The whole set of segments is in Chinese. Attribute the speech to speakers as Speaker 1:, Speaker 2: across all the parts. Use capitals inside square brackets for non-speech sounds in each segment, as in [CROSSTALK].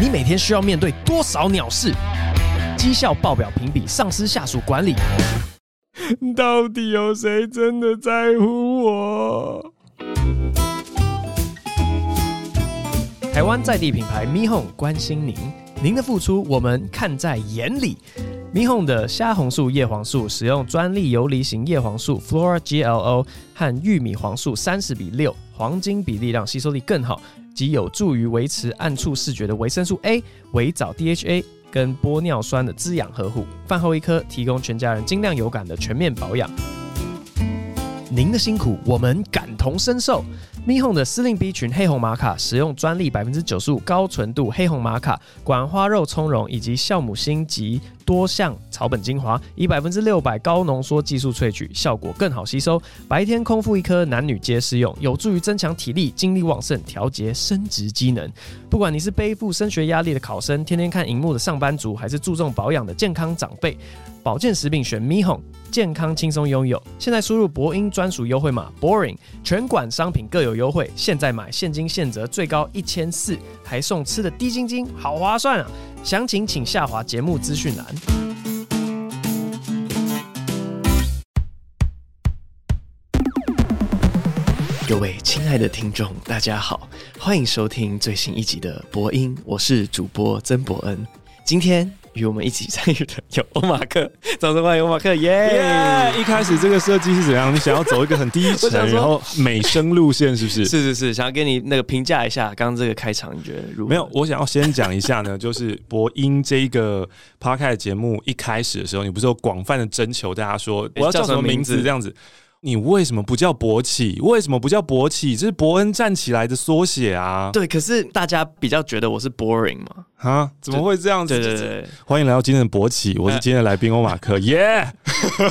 Speaker 1: 你每天需要面对多少鸟事？绩效报表评比、上司下属管理，到底有谁真的在乎我？台湾在地品牌 Mi Home 关心您，您的付出我们看在眼里。Mi Home 的虾红素叶黄素使用专利游离型叶黄素 Flora GLO 和玉米黄素三十比六黄金比例，让吸收力更好，及有助于维持暗处视觉的维生素 A、维藻 DHA 跟玻尿酸的滋养呵护。饭后一颗，提供全家人精量有感的全面保养。您的辛苦我们感同身受。Mi Home 的司令 B 群黑红玛卡使用专利百分之九十五高纯度黑红玛卡、管花肉葱蓉以及酵母星及多项草本精华，以百分之六百高浓缩技术萃取，效果更好吸收。白天空腹一颗，男女皆适用，有助于增强体力、精力旺盛，调节生殖机能。不管你是背负升学压力的考生，天天看荧幕的上班族，还是注重保养的健康长辈，保健食品选 Mi Home。健康轻松拥有。现在输入博英专属优惠码 Boring，全馆商品各有优惠，现在买现金现折最高一千四，还送吃的低金金，好划算啊！详情请下滑节目资讯栏。各位亲爱的听众，大家好，欢迎收听最新一集的播音，我是主播曾伯恩。今天与我们一起参与的有欧马克，掌声欢迎欧马克，耶、
Speaker 2: 耶！一开始这个设计是怎样？你想要走一个很低
Speaker 1: [LAUGHS] 我
Speaker 2: 沉，
Speaker 1: 想说
Speaker 2: 然后美声路线是不是？
Speaker 1: 是是是，想要跟你那个评价一下刚刚这个开场，你觉得如何？
Speaker 2: 没有，我想要先讲一下呢，就是播音这一个 p o d c a s 节目一开始的时候，你不是有广泛的征求大家说我要
Speaker 1: 叫
Speaker 2: 叫
Speaker 1: 什
Speaker 2: 什
Speaker 1: 么
Speaker 2: 么
Speaker 1: 名
Speaker 2: 名
Speaker 1: 字
Speaker 2: 字这样子？你为什么不叫勃起？为什么不叫勃起？这是伯恩站起来的缩写啊！
Speaker 1: 对，可是大家比较觉得我是 boring 嘛？
Speaker 2: 啊，怎么会这样子？
Speaker 1: 对对对
Speaker 2: 欢迎来到今天的勃起，我是今天的来宾欧马
Speaker 1: [LAUGHS]
Speaker 2: 克，耶！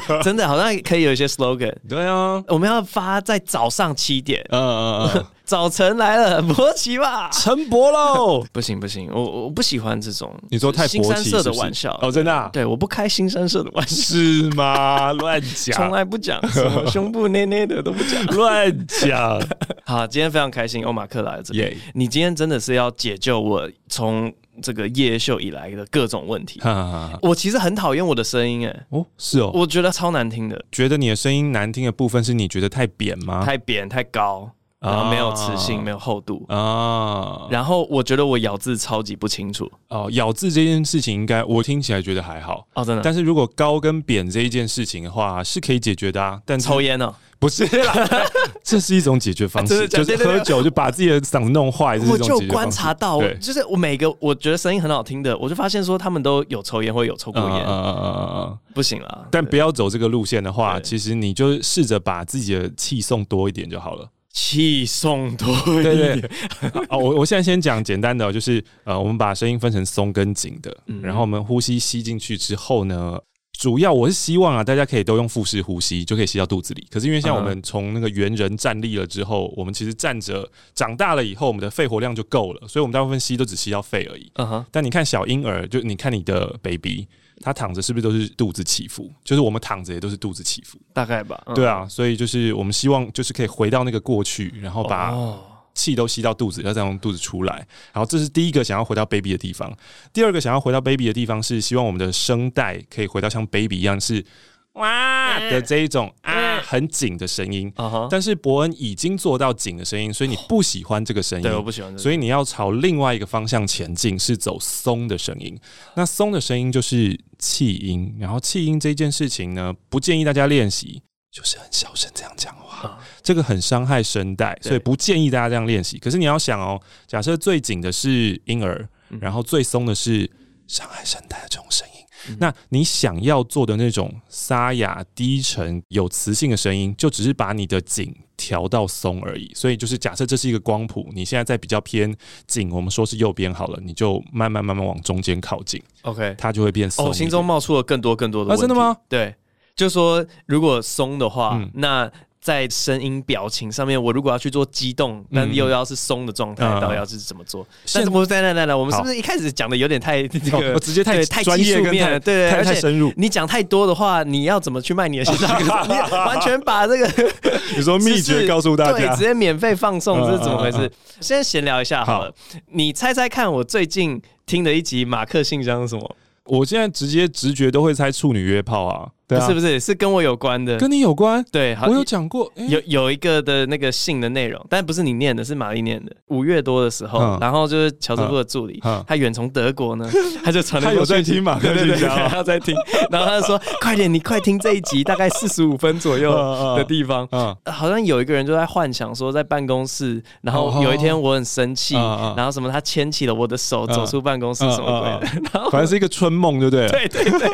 Speaker 1: 对， [LAUGHS] 真的好像可以有一些 slogan。
Speaker 2: 对啊，
Speaker 1: 我们要发在早上七点，
Speaker 2: 嗯嗯
Speaker 1: [LAUGHS]
Speaker 2: 嗯，
Speaker 1: 早晨来了，勃起吧！！
Speaker 2: 陈勃喽
Speaker 1: 不行不行，我我我不喜欢这种
Speaker 2: 你说太
Speaker 1: 新
Speaker 2: 勃
Speaker 1: 三
Speaker 2: 起
Speaker 1: 色的
Speaker 2: 是不是
Speaker 1: 玩笑
Speaker 2: 哦，真的啊
Speaker 1: 对，我不开新三色的玩 [LAUGHS] 笑，
Speaker 2: 是吗？
Speaker 1: [LAUGHS]
Speaker 2: 乱
Speaker 1: 从
Speaker 2: 讲，
Speaker 1: 来不讲什么胸部捏捏的都不讲。
Speaker 2: 乱讲，
Speaker 1: 好，今天非常开心，欧马克来了这边
Speaker 2: 耶。
Speaker 1: 你今天真的是要解救我从这个夜秀以来的各种问题。
Speaker 2: 哈
Speaker 1: 我其实很讨厌我的声音，哎，
Speaker 2: [LAUGHS] 哦，是哦。
Speaker 1: 我觉得超难听的，
Speaker 2: 觉得你的声音难听的部分是你觉得太扁吗？
Speaker 1: 太扁太高，然后没有磁性，
Speaker 2: 啊
Speaker 1: 没有厚度。
Speaker 2: 啊，
Speaker 1: 然后我觉得我咬字超级不清楚
Speaker 2: 哦，咬字这件事情应该我听起来觉得还好，
Speaker 1: 哦，真的。
Speaker 2: 但是如果高跟扁这一件事情的话，是可以解决的啊。但
Speaker 1: [LAUGHS]
Speaker 2: 是
Speaker 1: 抽烟哦，
Speaker 2: [LAUGHS] 不是啦，
Speaker 1: [LAUGHS]
Speaker 2: 这是一种解决方
Speaker 1: 啊真的
Speaker 2: 式，
Speaker 1: 假的
Speaker 2: 就是
Speaker 1: 对对对
Speaker 2: 喝酒就把自己的嗓子弄坏，这是
Speaker 1: 我
Speaker 2: 一种
Speaker 1: 就
Speaker 2: 解决
Speaker 1: 观
Speaker 2: 方式。
Speaker 1: 察到，
Speaker 2: 对
Speaker 1: 就是我每个我觉得声音很好听的，我就发现说他们都有抽烟或有抽过
Speaker 2: 嗯嗯
Speaker 1: 烟，
Speaker 2: 嗯嗯嗯嗯
Speaker 1: 不行啦。
Speaker 2: 但
Speaker 1: 对
Speaker 2: 不要走这个路线的话，
Speaker 1: 对
Speaker 2: 其实你就试着把自己的气送多一点就好了。
Speaker 1: 气送多一
Speaker 2: 对对
Speaker 1: 点，
Speaker 2: [LAUGHS] 哦，我我现在先讲简单的哦，就是呃，我们把声音分成松跟紧的，然后我们呼吸吸进去之后呢，主要我是希望啊，大家可以都用腹式呼吸，就可以吸到肚子里。可是因为像我们从那个猿人站立了之后，我们其实站着长大了以后，我们的肺活量就够了，所以我们大部分吸都只吸到肺而已。
Speaker 1: [LAUGHS] 嗯哼，
Speaker 2: 但你看小婴儿，就你看你的 baby，他躺着是不是都是肚子起伏？就是我们躺着也都是肚子起伏，
Speaker 1: 大概吧。嗯
Speaker 2: 对啊，所以就是我们希望就是可以回到那个过去，然后把
Speaker 1: 哦，
Speaker 2: 气都吸到肚子，要再从肚子出来。然后这是第一个想要回到 baby 的地方。第二个想要回到 baby 的地方是希望我们的声带可以回到像 baby 一样是哇
Speaker 1: 嗯
Speaker 2: 的这一种啊很紧的声音。
Speaker 1: 啊哈，
Speaker 2: 但是伯恩已经做到紧的声音，所以你不喜欢这个声音
Speaker 1: 对，。我不喜欢这个，
Speaker 2: 所以你要朝另外一个方向前进，是走松的声音。那松的声音就是气音，然后气音这件事情呢，不建议大家练习，就是很小声这样讲话，
Speaker 1: 啊
Speaker 2: 这个很伤害声带，
Speaker 1: 对
Speaker 2: 所以不建议大家这样练习。可是你要想哦，假设最紧的是婴儿，然后最松的是伤害声带的这种声音。那你想要做的那种沙哑、低沉、有磁性的声音，就只是把你的紧调到松而已。所以就是假设这是一个光谱，你现在在比较偏紧，我们说是右边好了，你就慢慢慢慢往中间靠近，
Speaker 1: OK，
Speaker 2: 它就会变松一
Speaker 1: 哦，
Speaker 2: 点。 [LAUGHS]
Speaker 1: 心中冒出了更多更多的
Speaker 2: 啊
Speaker 1: 问题。
Speaker 2: 真的吗？
Speaker 1: 对，就说如果松的话，
Speaker 2: 嗯
Speaker 1: 那在声音、表情上面，我如果要去做激动，那又要是松的状态，
Speaker 2: 嗯
Speaker 1: 到底要是怎么做？但
Speaker 2: 现
Speaker 1: 是我等等等等，我们是
Speaker 2: 好
Speaker 1: 不是一开始讲的有点太 [LAUGHS] 这
Speaker 2: 哦
Speaker 1: 个
Speaker 2: 我直接太
Speaker 1: 对太
Speaker 2: 专
Speaker 1: 技
Speaker 2: 业
Speaker 1: 术
Speaker 2: 跟
Speaker 1: 面
Speaker 2: 太
Speaker 1: 了？对，
Speaker 2: 太
Speaker 1: 而且
Speaker 2: 太深入
Speaker 1: 你讲太多的话，你要怎么去卖你的线
Speaker 2: [LAUGHS]
Speaker 1: 上课程？你完全把这个
Speaker 2: 你说 [LAUGHS] 秘
Speaker 1: 知识
Speaker 2: 诀告诉大
Speaker 1: 对，
Speaker 2: 家嗯
Speaker 1: 直，接免费放送，这是怎么回事？
Speaker 2: 嗯嗯
Speaker 1: 先闲聊一下好了，你猜猜看，我最近听的一集马克信箱是什么？
Speaker 2: 我现在直接直觉都会猜处女约炮啊，对啊，
Speaker 1: 不是不是，是跟我有关的。
Speaker 2: 跟你有关？
Speaker 1: 对，好
Speaker 2: 我有讲过，诶
Speaker 1: 有有一个的那个信的内容，但不是你念的，是玛丽念的。五月多的时候，
Speaker 2: 嗯
Speaker 1: 然后就是乔治夫的助理，
Speaker 2: 嗯
Speaker 1: 他远从德国
Speaker 2: [LAUGHS]
Speaker 1: 呢，他就传了
Speaker 2: 他
Speaker 1: 一
Speaker 2: 有
Speaker 1: 封
Speaker 2: 在
Speaker 1: 讯息
Speaker 2: 听马克
Speaker 1: 对对
Speaker 2: 信
Speaker 1: 对，
Speaker 2: 箱啊，
Speaker 1: 他在听，然后他就
Speaker 2: [LAUGHS]
Speaker 1: 说：“快点，你快听这一集，大概四十五分左右
Speaker 2: 嗯嗯
Speaker 1: 的地方。
Speaker 2: 嗯，
Speaker 1: [LAUGHS] 好像有一个人就在幻想说，在办公室，然后有一天我很生气，
Speaker 2: 哦嗯嗯嗯嗯
Speaker 1: 然后什么他牵起了我的手走出办公室什么鬼的， [LAUGHS] 然后
Speaker 2: 反正是一个春梦，对不对？
Speaker 1: 对对对，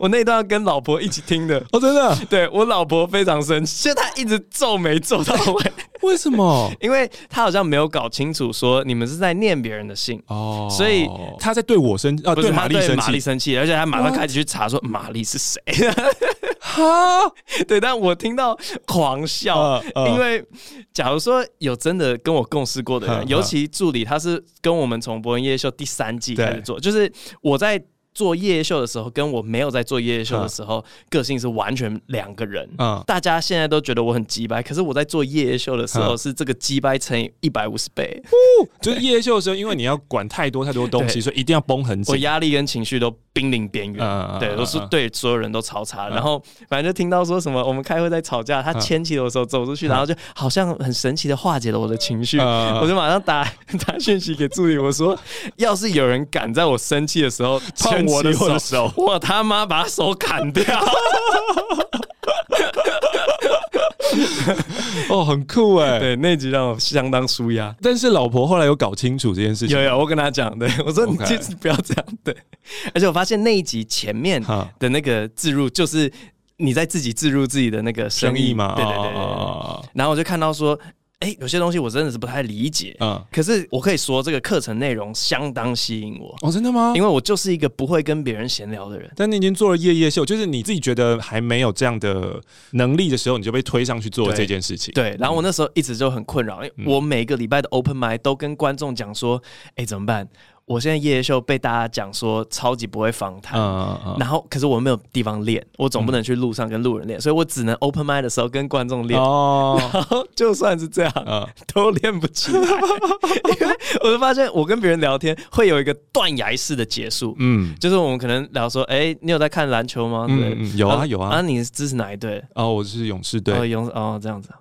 Speaker 1: 我那段要跟老婆一起听的，
Speaker 2: 哦，真的？
Speaker 1: 对我老婆非常生气，就她一直皱眉皱到尾，
Speaker 2: 为什么？
Speaker 1: [LAUGHS] 因为她好像没有搞清楚说你们是在念别人的信。
Speaker 2: 哦，
Speaker 1: 所以
Speaker 2: 他在对我生啊，
Speaker 1: 不是
Speaker 2: 玛
Speaker 1: 她
Speaker 2: 丽
Speaker 1: 对
Speaker 2: 生
Speaker 1: 玛丽
Speaker 2: 气，哦
Speaker 1: 生气，而且她马上开始去查说玛丽是谁。
Speaker 2: 哈，
Speaker 1: [LAUGHS] 对，但我听到狂笑，
Speaker 2: 嗯嗯
Speaker 1: 因为假如说有真的跟我共事过的人，
Speaker 2: 嗯嗯
Speaker 1: 尤其助理，他是跟我们从《伯恩夜夜秀》第三季开始做，就是我在做夜夜秀的时候，跟我没有在做夜夜秀的时候，个性是完全两个人。
Speaker 2: 嗯，
Speaker 1: 大家现在都觉得我很鸡掰，可是我在做夜夜秀的时候，
Speaker 2: 嗯
Speaker 1: 是这个鸡掰乘以一百五十倍，
Speaker 2: 就是夜秀的时候，因为你要管太多太多东西，
Speaker 1: 对
Speaker 2: 所以一定要绷很
Speaker 1: 我
Speaker 2: 紧。
Speaker 1: 压力跟情绪都濒临边缘。
Speaker 2: 嗯
Speaker 1: 对，都是
Speaker 2: 嗯
Speaker 1: 对所有人都超差。然后反正就听到说什么我们开会在吵架，
Speaker 2: 嗯
Speaker 1: 他牵起我的手走出去，然后就好像很神奇的化解了我的情绪。[LAUGHS]
Speaker 2: 嗯
Speaker 1: 我就马上打打讯息给助理，我说要是有人敢在我生气的时候碰
Speaker 2: 牵起
Speaker 1: 我的
Speaker 2: 我的
Speaker 1: 手，我他妈把手砍
Speaker 2: [LAUGHS]
Speaker 1: 掉。
Speaker 2: 哦，很酷哎。
Speaker 1: 对，那集让我相当舒压。
Speaker 2: 但是老婆后来有搞清楚这件事情
Speaker 1: 有，有，我跟他讲，
Speaker 2: [LAUGHS]
Speaker 1: 对我说你
Speaker 2: OK
Speaker 1: 就是不要这样，对。 [LAUGHS] 而且我发现那一集前面
Speaker 2: 哈
Speaker 1: 的那个置入，就是你在自己置入自己的那个
Speaker 2: 生意嘛，
Speaker 1: 对对对对对
Speaker 2: 哦
Speaker 1: 然后我就看到说，哎，有些东西我真的是不太理解，
Speaker 2: 嗯，
Speaker 1: 可是我可以说这个课程内容相当吸引我，
Speaker 2: 哦，真的吗
Speaker 1: 因？为我就是一个不会跟别人闲聊的人。
Speaker 2: 但你已经做了夜夜秀，就是你自己觉得还没有这样的能力的时候，你就被推上去做
Speaker 1: 对
Speaker 2: 这件事情。
Speaker 1: 对，然后我那时候一直就很困
Speaker 2: 嗯
Speaker 1: 扰，因为我每个礼拜的 open mic 都跟观众讲说，哎，怎么办？我现在夜夜秀被大家讲说超级不会访谈，
Speaker 2: 嗯，嗯嗯
Speaker 1: 然后可是我没有地方练，我总不能去路上跟路人练，所以我只能 open mic 的时候跟观众练。
Speaker 2: 哦，
Speaker 1: 然后就算是这样，
Speaker 2: 嗯，
Speaker 1: 都练不起来，因为我就发现我跟别人聊天会有一个断崖式的结束，
Speaker 2: 嗯
Speaker 1: 就是我们可能聊说，哎、你有在看篮球吗？ [LAUGHS] 对，
Speaker 2: 嗯，嗯有啊有
Speaker 1: 啊，
Speaker 2: 啊，
Speaker 1: 你是支持哪一队？
Speaker 2: 哦，我是勇士
Speaker 1: 哦，
Speaker 2: [LAUGHS] 队，
Speaker 1: 勇士哦，这样子，
Speaker 2: 啊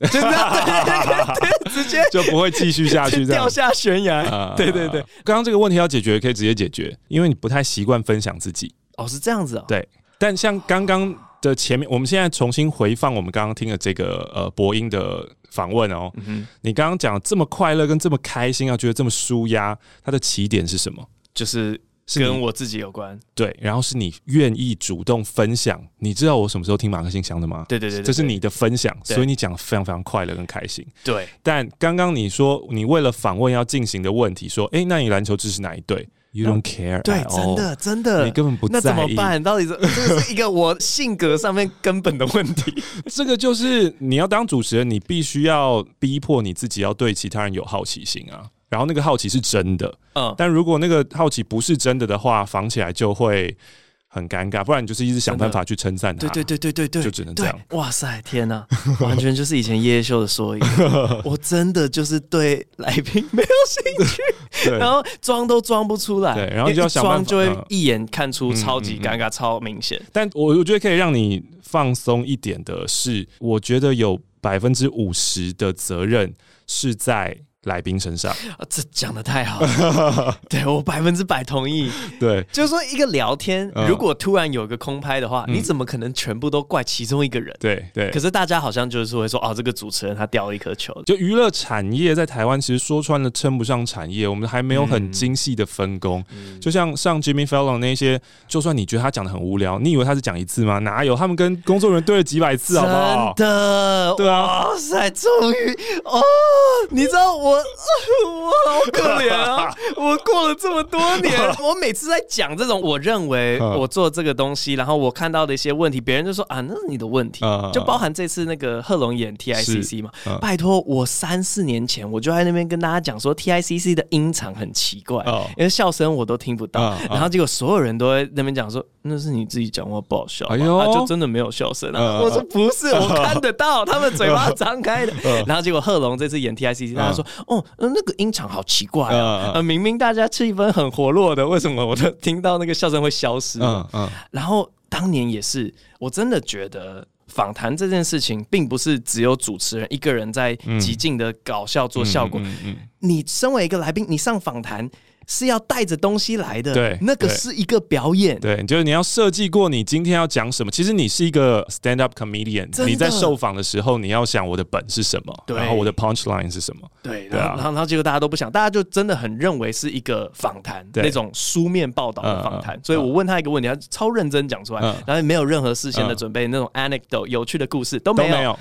Speaker 1: 就这样，对对对直接
Speaker 2: 就不会继续下去这样
Speaker 1: [LAUGHS] 掉。下悬崖。
Speaker 2: [LAUGHS] 啊
Speaker 1: 对对对，
Speaker 2: 刚刚这个问题要解决，可以直接解决，因为你不太习惯分享自己。
Speaker 1: 哦，是这样子哦。
Speaker 2: 对但像刚刚的前面，我们现在重新回放我们刚刚听的这个呃博音的访问哦，
Speaker 1: 嗯哼，
Speaker 2: 你刚刚讲这么快乐跟这么开心，要觉得这么舒压，它的起点是什么？
Speaker 1: 就是
Speaker 2: 是你
Speaker 1: 跟我自己有关。
Speaker 2: 对，然后是你愿意主动分享。你知道我什么时候听马克信箱的吗？
Speaker 1: 对对对对，
Speaker 2: 这是
Speaker 1: 对
Speaker 2: 你的分享，
Speaker 1: 对
Speaker 2: 所以你讲得非常非常快乐跟开心。
Speaker 1: 对
Speaker 2: 但刚刚你说你为了访问要进行的问题，说，诶，那你篮球支持哪一队？You don't care，
Speaker 1: 对，
Speaker 2: at
Speaker 1: 真
Speaker 2: all
Speaker 1: 的真的，
Speaker 2: 你根本不
Speaker 1: 嗯那怎
Speaker 2: 在
Speaker 1: 么
Speaker 2: 意
Speaker 1: 办？到底是这是一个我性格上面根本的问题。 [LAUGHS]
Speaker 2: 这个就是你要当主持人，你必须要逼迫你自己要对其他人有好奇心啊。然后那个好奇是真的，
Speaker 1: 嗯，
Speaker 2: 但如果那个好奇不是真的的话，防起来就会很尴尬。不然你就是一直想办法去称赞他。
Speaker 1: 对对对对对对，
Speaker 2: 就只能
Speaker 1: 对
Speaker 2: 这样。
Speaker 1: 哇塞，天哪，完全就是以前夜夜秀的缩影。 [LAUGHS] 我真的就是对来宾没有兴趣，
Speaker 2: 对
Speaker 1: 然后装都装不出来。
Speaker 2: 对然后就要想办法
Speaker 1: 因为一装就会
Speaker 2: 嗯
Speaker 1: 一眼看出超级尴尬、超明显。
Speaker 2: 但我我觉得可以让你放松一点的是，我觉得有百分之五十的责任是在来宾
Speaker 1: [LAUGHS]
Speaker 2: 身上。
Speaker 1: 啊，这讲的太好了， [LAUGHS] 对我百分之百同意。
Speaker 2: 对，
Speaker 1: 就是说，一个聊天
Speaker 2: 嗯
Speaker 1: 如果突然有一个空拍的话，你怎么可能全部都怪其中一个人？
Speaker 2: 对，对
Speaker 1: 可。是大家好像就是会说，哦，这个主持人他掉了一颗球，
Speaker 2: 就娱乐产业在台湾，其实说穿了称不上产业，我们还没有
Speaker 1: 嗯
Speaker 2: 很精细的分工。就像上 Jimmy Fallon 那些，就算你觉得他讲的很无聊，你以为他是讲一次吗？哪有？他们跟工作人员对了几百次，好不好？
Speaker 1: 真的，
Speaker 2: 对啊
Speaker 1: 哇塞，终于哦，你知道我， [LAUGHS] 我好可怜
Speaker 2: [LAUGHS]
Speaker 1: 啊！我过了这么多年，我每次在讲这种我认为
Speaker 2: 嗯
Speaker 1: 我做这个东西，然后我看到的一些问题，别人就说啊，那是你的问题，
Speaker 2: 嗯
Speaker 1: 就包含这次那个贺龙演 TICC 嘛。
Speaker 2: 嗯
Speaker 1: 拜托，我三四年前我就在那边跟大家讲说 TICC 的音场很奇怪
Speaker 2: 哦，
Speaker 1: 因为笑声我都听不到
Speaker 2: 嗯，嗯
Speaker 1: 然后结果所有人都在那边讲说那是你自己讲话不好笑嘛，
Speaker 2: 哎呦
Speaker 1: 啊就真的没有笑声啊。
Speaker 2: 嗯呃
Speaker 1: 我说不是，我看得到他们嘴巴张开的。然后结果贺龙这次演 TICC，他说：“哦，呃那个音场好奇怪啊、
Speaker 2: 嗯
Speaker 1: 呃，明明大家气氛很活络的，为什么我都听到那个笑声会消失？
Speaker 2: 嗯
Speaker 1: [LAUGHS]
Speaker 2: 嗯
Speaker 1: 然后当年也是，我真的觉得访谈这件事情，并不是只有主持人一个人在极尽的搞笑做效果。
Speaker 2: 嗯嗯，
Speaker 1: 你身为一个来宾，你上访谈是要带着东西来的，
Speaker 2: 对
Speaker 1: 那个
Speaker 2: 对
Speaker 1: 是一个表演。
Speaker 2: 对，就是你要设计过你今天要讲什么。其实你是一个 stand up comedian，
Speaker 1: 真的
Speaker 2: 你在受访的时候，你要想我的本是什么，
Speaker 1: 对
Speaker 2: 然后我的 punch line 是什么。
Speaker 1: 对，
Speaker 2: 对
Speaker 1: 然后
Speaker 2: 啊
Speaker 1: 然后然后结果大家都不想，大家就真的很认为是一个访谈
Speaker 2: 对
Speaker 1: 那种书面报道的访谈，
Speaker 2: 嗯嗯
Speaker 1: 所以我问他一个问题，他超认真讲出来，
Speaker 2: 嗯
Speaker 1: 然后没有任何事先的准备，那种 anecdote 有趣的故事都
Speaker 2: 都
Speaker 1: 没有。
Speaker 2: 没有。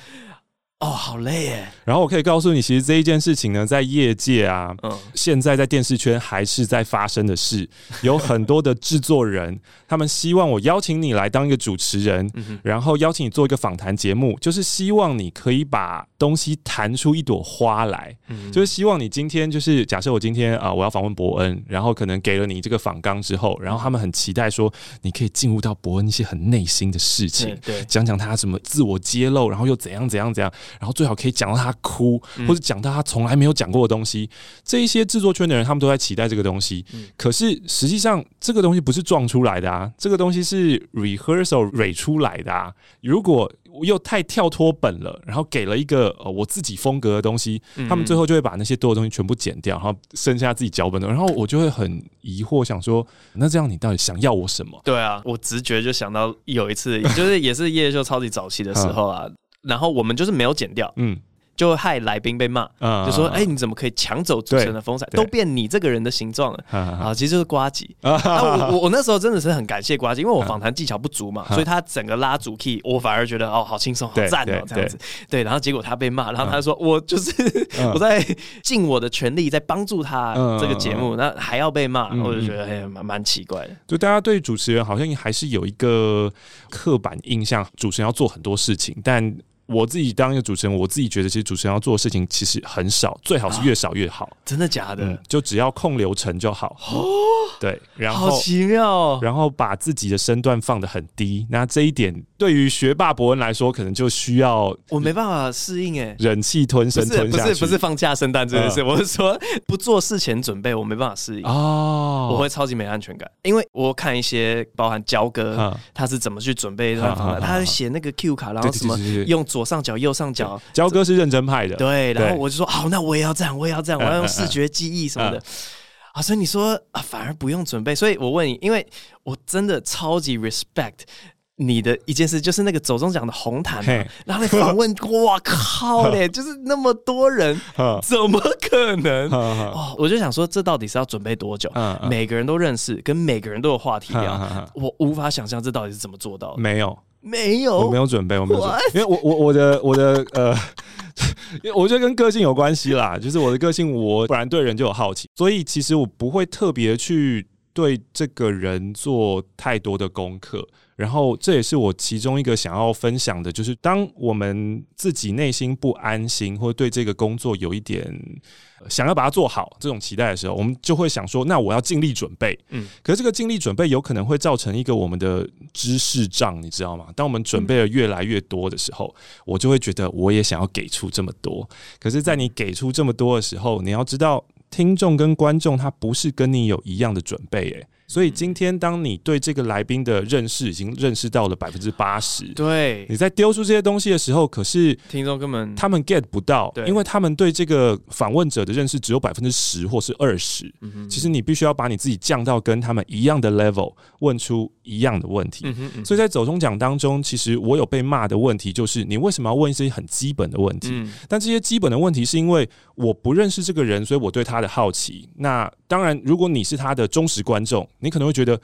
Speaker 1: 哦，好累耶，
Speaker 2: 然后我可以告诉你，其实这一件事情呢，在业界啊，
Speaker 1: 嗯
Speaker 2: 现在在电视圈还是在发生的事，有很多的制作人，他们希望我邀请你来当一个主持人，
Speaker 1: 嗯
Speaker 2: 然后邀请你做一个访谈节目，就是希望你可以把东西弹出一朵花来，
Speaker 1: 嗯
Speaker 2: 就是希望你今天就是假设我今天啊、呃我要访问伯恩，然后可能给了你这个访纲之后，然后他们很期待说你可以进入到伯恩一些很内心的事情
Speaker 1: 嗯，对
Speaker 2: 讲讲他什么自我揭露，然后又怎样怎样怎样，然后最好可以讲到他哭，
Speaker 1: 嗯
Speaker 2: 或者讲到他从来没有讲过的东西。这一些制作圈的人，他们都在期待这个东西。可是实际上，这个东西不是撞出来的啊，这个东西是 rehearsal 蕊出来的啊。如果又太跳脱本了，然后给了一个呃我自己风格的东西，
Speaker 1: 嗯
Speaker 2: 他们最后就会把那些多的东西全部剪掉，然后剩下自己脚本的。然后我就会很疑惑，想说，那这样你到底想要我什么？
Speaker 1: 对啊，我直觉就想到有一次，就是 [LAUGHS] 也是夜秀超级早期的时候啊，然后我们就是没有剪掉，
Speaker 2: 嗯
Speaker 1: 就害来宾被骂，
Speaker 2: 嗯
Speaker 1: 就说：“
Speaker 2: 嗯
Speaker 1: 哎、你怎么可以抢走主持人的风采？
Speaker 2: 对
Speaker 1: 都变你这个人的形状了。”
Speaker 2: 嗯嗯
Speaker 1: 啊，其实就是瓜
Speaker 2: [LAUGHS]
Speaker 1: 吉。啊，我我我那时候真的是很感谢瓜吉，因为
Speaker 2: 啊
Speaker 1: 我访谈技巧不足嘛，所以他整个拉主 key，我反而觉得哦，好轻松，好
Speaker 2: 对
Speaker 1: 赞
Speaker 2: 对啊
Speaker 1: 哦，这样子。对，然后结果他被骂，然后他说：“我就是
Speaker 2: 嗯
Speaker 1: [LAUGHS] 我在尽我的全力在帮助他
Speaker 2: 嗯
Speaker 1: 这个节目，那还要被骂，
Speaker 2: 嗯
Speaker 1: 我就觉得哎呀蛮蛮奇怪的。
Speaker 2: 就大家对主持人好像还是有一个刻板印象，主持人要做很多事情，但。我自己当一个主持人，我自己觉得其实主持人要做的事情其实很少，最好是越少越好。
Speaker 1: 真的假的？
Speaker 2: 嗯，就只要控流程就好。对，然
Speaker 1: 哦好
Speaker 2: 后
Speaker 1: 奇妙哦。
Speaker 2: 然后把自己的身段放得很低，那这一点对于学霸伯恩来说，可能就需要
Speaker 1: 我没办法适应哎、
Speaker 2: 忍气吞
Speaker 1: 不
Speaker 2: 声
Speaker 1: 是
Speaker 2: 吞
Speaker 1: 不
Speaker 2: 下去。嗯
Speaker 1: 是不是放假圣诞这件事，我是说不做事前准备，我没办法适应，
Speaker 2: 哦，
Speaker 1: 我会超级没安全感。因为我看一些包含焦哥
Speaker 2: 嗯
Speaker 1: 他是怎么去准备这段访谈，
Speaker 2: 嗯嗯嗯
Speaker 1: 他会写那个 Q 卡，然
Speaker 2: 对
Speaker 1: 后
Speaker 2: 对
Speaker 1: 什么
Speaker 2: 对对对
Speaker 1: 用左上角、右上角，
Speaker 2: 焦哥是认真派的，
Speaker 1: 对，然后
Speaker 2: 对
Speaker 1: 我就说好，那我也要这样，我也要这样，我要
Speaker 2: [LAUGHS] 嗯
Speaker 1: 用
Speaker 2: 嗯
Speaker 1: 视觉记忆什么的
Speaker 2: [LAUGHS] 嗯。
Speaker 1: 啊，所以你说啊，反而不用准备，所以我问你，因为我真的超级 respect 你的一件事，就是那个走中奖的红毯嘛
Speaker 2: 嘿，
Speaker 1: 然后你访
Speaker 2: [LAUGHS]
Speaker 1: 问，哇靠嘞，就是那么多人，
Speaker 2: 嗯
Speaker 1: 怎么可能？[LAUGHS]
Speaker 2: 嗯嗯
Speaker 1: 哦，我就想说，这到底是要准备多久？
Speaker 2: 嗯嗯
Speaker 1: 每个人都认识，跟每个人都有话题 [LAUGHS] 聊，
Speaker 2: 嗯嗯嗯
Speaker 1: 我无法想象这到底是怎么做到的。
Speaker 2: 没有，
Speaker 1: 嗯没
Speaker 2: 我
Speaker 1: 有，
Speaker 2: 没有准备，我没有准备，因为我我我的我的呃，因为我觉得跟个性有关系啦，就是我的个性，我本来对人就有好奇，所以其实我不会特别去对这个人做太多的功课。然后这也是我其中一个想要分享的，就是当我们自己内心不安心，或者对这个工作有一点呃想要把它做好这种期待的时候，我们就会想说，那我要尽力准备。可是这个精力准备有可能会造成一个我们的知识障，你知道吗？当我们
Speaker 1: 嗯
Speaker 2: 准备的越来越多的时候，我就会觉得我也想要给出这么多。可是，在你给出这么多的时候，你要知道，听众跟观众他不是跟你有一样的准备，诶。所以今天当你对这个来宾的认识已经认识到了百分之八十，
Speaker 1: 对，
Speaker 2: 你在丢出这些东西的时候，可是
Speaker 1: 听众根本
Speaker 2: 他们 get 不到
Speaker 1: 嗯对，
Speaker 2: 因为他们对这个访问者的认识只有百分之十或是二十。
Speaker 1: 嗯
Speaker 2: 其实你必须要把你自己降到跟他们一样的 level，问出一样的问题。
Speaker 1: 嗯哼
Speaker 2: 所以在走中奖当中，其实我有被骂的问题就是你为什么要问一些很基本的问题？
Speaker 1: 嗯
Speaker 2: 但这些基本的问题是因为我不认识这个人，所以我对他的好奇。那当然，如果你是他的忠实观众，你可能会觉得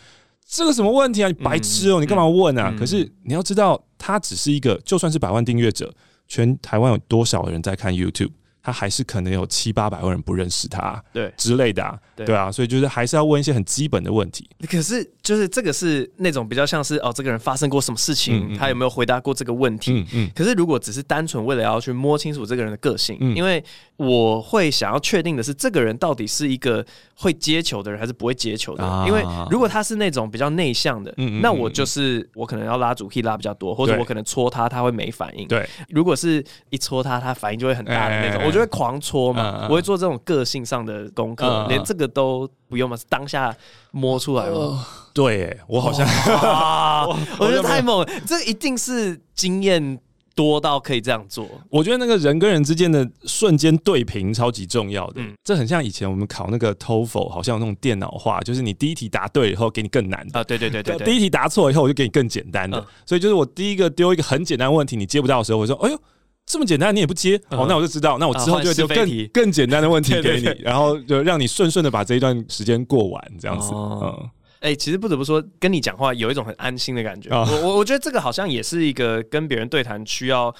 Speaker 2: 这个什么问题啊，你白痴哦、你干嘛问啊？可是你要知道，他只是一个，就算是百万订阅者，全台湾有多少人在看 YouTube？他还是可能有七八百万人不认识他
Speaker 1: 对。
Speaker 2: 之类的啊，
Speaker 1: 对
Speaker 2: 对啊，所以就是还是要问一些很基本的问题。
Speaker 1: 可是，就是这个是那种比较像是哦，这个人发生过什么事情，
Speaker 2: 嗯嗯嗯
Speaker 1: 他有没有回答过这个问题？
Speaker 2: 嗯嗯
Speaker 1: 可是，如果只是单纯为了要去摸清楚这个人的个性，
Speaker 2: 嗯
Speaker 1: 因为我会想要确定的是，这个人到底是一个会接球的人，还是不会接球的人。
Speaker 2: 啊
Speaker 1: 因为如果他是那种比较内向的，
Speaker 2: 嗯嗯嗯
Speaker 1: 那我就是我可能要拉主 key 拉比较多，或者
Speaker 2: 对
Speaker 1: 我可能戳他，他会没反应。
Speaker 2: 对，
Speaker 1: 如果是一戳他，他反应就会很大的那种，
Speaker 2: 哎哎哎
Speaker 1: 我就会狂搓
Speaker 2: 嗯嗯
Speaker 1: 嘛，
Speaker 2: 嗯
Speaker 1: 我会做这种个性上的功
Speaker 2: 嗯
Speaker 1: 课
Speaker 2: 嗯，嗯
Speaker 1: 连这个都不用嘛，是当下摸出来嘛。 [LAUGHS]
Speaker 2: 对耶，哦我好像
Speaker 1: 哇，我觉
Speaker 2: 我就
Speaker 1: 得
Speaker 2: 没有
Speaker 1: 太猛，了，这一定是经验多到可以这样做。
Speaker 2: 我觉得那个人跟人之间的瞬间对平超级重要的，
Speaker 1: 嗯
Speaker 2: 这很像以前我们考那个 TOEFL，好像有那种电脑化，就是你第一题答对以后给你更难的，
Speaker 1: 啊，对对对对
Speaker 2: 第
Speaker 1: 对，
Speaker 2: 一题答错以后我就给你更简单的。
Speaker 1: 嗯
Speaker 2: 所以就是我第一个丢一个很简单的问题，你接不到的时候，我就说：“哎呦，这么简单你也不接，
Speaker 1: 嗯
Speaker 2: 哦，那我就知道，那我之后
Speaker 1: 啊换
Speaker 2: 就会
Speaker 1: 是
Speaker 2: 丢
Speaker 1: 非
Speaker 2: 更
Speaker 1: 题
Speaker 2: 更简单
Speaker 1: [LAUGHS]
Speaker 2: 的问题给你，
Speaker 1: 对对
Speaker 2: 然后就让你顺顺的把这一段时间过完，这样子。
Speaker 1: 哦
Speaker 2: 嗯，
Speaker 1: 哎，其实不得不说，跟你讲话有一种很安心的感觉。
Speaker 2: 啊
Speaker 1: 我我我觉得这个好像也是一个跟别人对谈需要。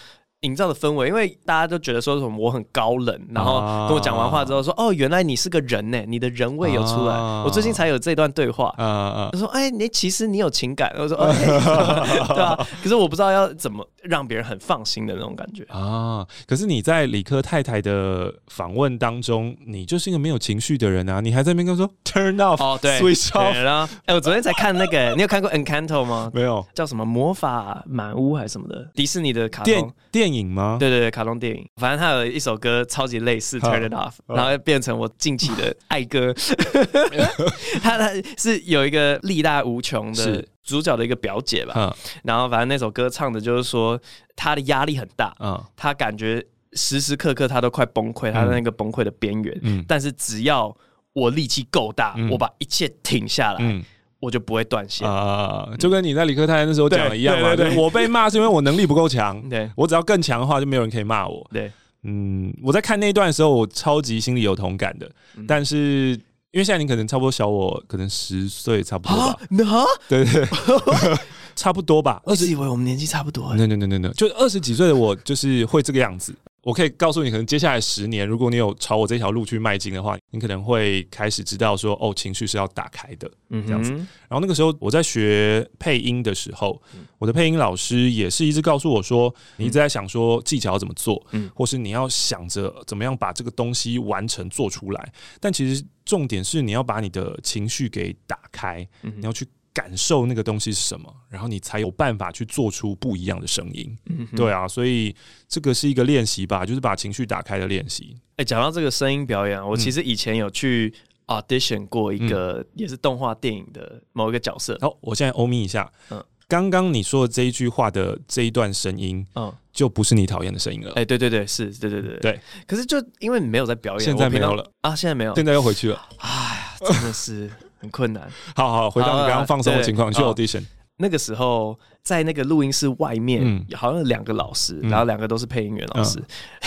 Speaker 1: 营造的氛围，因为大家都觉得说什么我很高冷，然后
Speaker 2: 啊
Speaker 1: 跟我讲完话之后说、哦，原来你是个人呢、你的人味有出来。
Speaker 2: 啊
Speaker 1: 我最近才有这段对话，
Speaker 2: 啊啊
Speaker 1: 他说：“哎、你其实你有情感。”
Speaker 2: [LAUGHS]
Speaker 1: 我说：“哦，嘿对吧、可是我不知道要怎么让别人很放心的那种感觉。
Speaker 2: 啊！可是你在理科太太的访问当中，你就是一个没有情绪的人啊！你还在那边跟我说 turn off，
Speaker 1: 哦，对，
Speaker 2: switch off，
Speaker 1: 对然后，哎、我昨天才看那个，你有看过《Encanto》吗？
Speaker 2: [LAUGHS] 没有
Speaker 1: 叫什么魔法满屋还是什么的？迪士尼的卡
Speaker 2: 电
Speaker 1: 通。
Speaker 2: 电影吗？
Speaker 1: 对对对，卡通电影，反正它有一首歌超级类似《
Speaker 2: 好
Speaker 1: Turn It Off》，
Speaker 2: 好
Speaker 1: 然后变成我近期的爱
Speaker 2: [LAUGHS]
Speaker 1: 歌。它它是有一个力大无穷的
Speaker 2: 是
Speaker 1: 主角的一个表姐吧，
Speaker 2: 嗯
Speaker 1: 然后反正那首歌唱的就是说她的压力很大，
Speaker 2: 嗯
Speaker 1: 他感觉时时刻刻他都快崩溃，他在那个崩溃的边缘。
Speaker 2: 嗯
Speaker 1: 但是只要我力气够大，
Speaker 2: 嗯
Speaker 1: 我把一切挺下来，
Speaker 2: 嗯
Speaker 1: 我就不会断线。
Speaker 2: 啊，就跟你在理科太太那时候讲的一样
Speaker 1: 对
Speaker 2: 嘛。
Speaker 1: 对对
Speaker 2: 就是我被骂是因为我能力不够强，
Speaker 1: [LAUGHS] 对
Speaker 2: 我只要更强的话，就没有人可以骂我。
Speaker 1: 对，
Speaker 2: 嗯，我在看那一段的时候，我超级心里有同感的，
Speaker 1: 嗯
Speaker 2: 但是。因为现在你可能差不多小我可能十岁差不多吧，
Speaker 1: 那
Speaker 2: 对对对，差不多吧，
Speaker 1: 我一直以为我们年纪差不多、欸。
Speaker 2: no no no no no，就二十几岁的我就是会这个样子。我可以告诉你，可能接下来十年，如果你有朝我这条路去迈进的话，你可能会开始知道说，哦，情绪是要打开的。
Speaker 1: 嗯哼
Speaker 2: 这样子然后那个时候我在学配音的时候，
Speaker 1: 嗯
Speaker 2: 我的配音老师也是一直告诉我说，你一直在想说技巧要怎么做，
Speaker 1: 嗯
Speaker 2: 或是你要想着怎么样把这个东西完成做出来。但其实重点是你要把你的情绪给打开，
Speaker 1: 嗯哼
Speaker 2: 你要去感受那个东西是什么，然后你才有办法去做出不一样的声音。
Speaker 1: 嗯哼
Speaker 2: 对啊，所以这个是一个练习吧，就是把情绪打开的练习。
Speaker 1: 哎，讲到这个声音表演啊，我
Speaker 2: 嗯
Speaker 1: 其实以前有去 audition 过一个也是动画电影的某一个角色。
Speaker 2: 好，我现在欧咪一下，嗯
Speaker 1: 嗯，
Speaker 2: 刚刚你说的这一句话的这一段声音，
Speaker 1: 嗯，
Speaker 2: 就不是你讨厌的声音了。
Speaker 1: 哎，对对对，是，对对对
Speaker 2: 对。
Speaker 1: 可是就因为没有在表演，
Speaker 2: 现在
Speaker 1: 我平常
Speaker 2: 没有了
Speaker 1: 啊，现在没有，
Speaker 2: 现在又回去了。
Speaker 1: 哎呀，真的是很困难。
Speaker 2: 好好，回到你刚刚放松的情况，
Speaker 1: 啊
Speaker 2: 你
Speaker 1: 啊
Speaker 2: 去
Speaker 1: 对
Speaker 2: audition，
Speaker 1: 那个时候在那个录音室外面，
Speaker 2: 嗯
Speaker 1: 好像有两个老师，
Speaker 2: 嗯
Speaker 1: 然后两个都是配音员老师，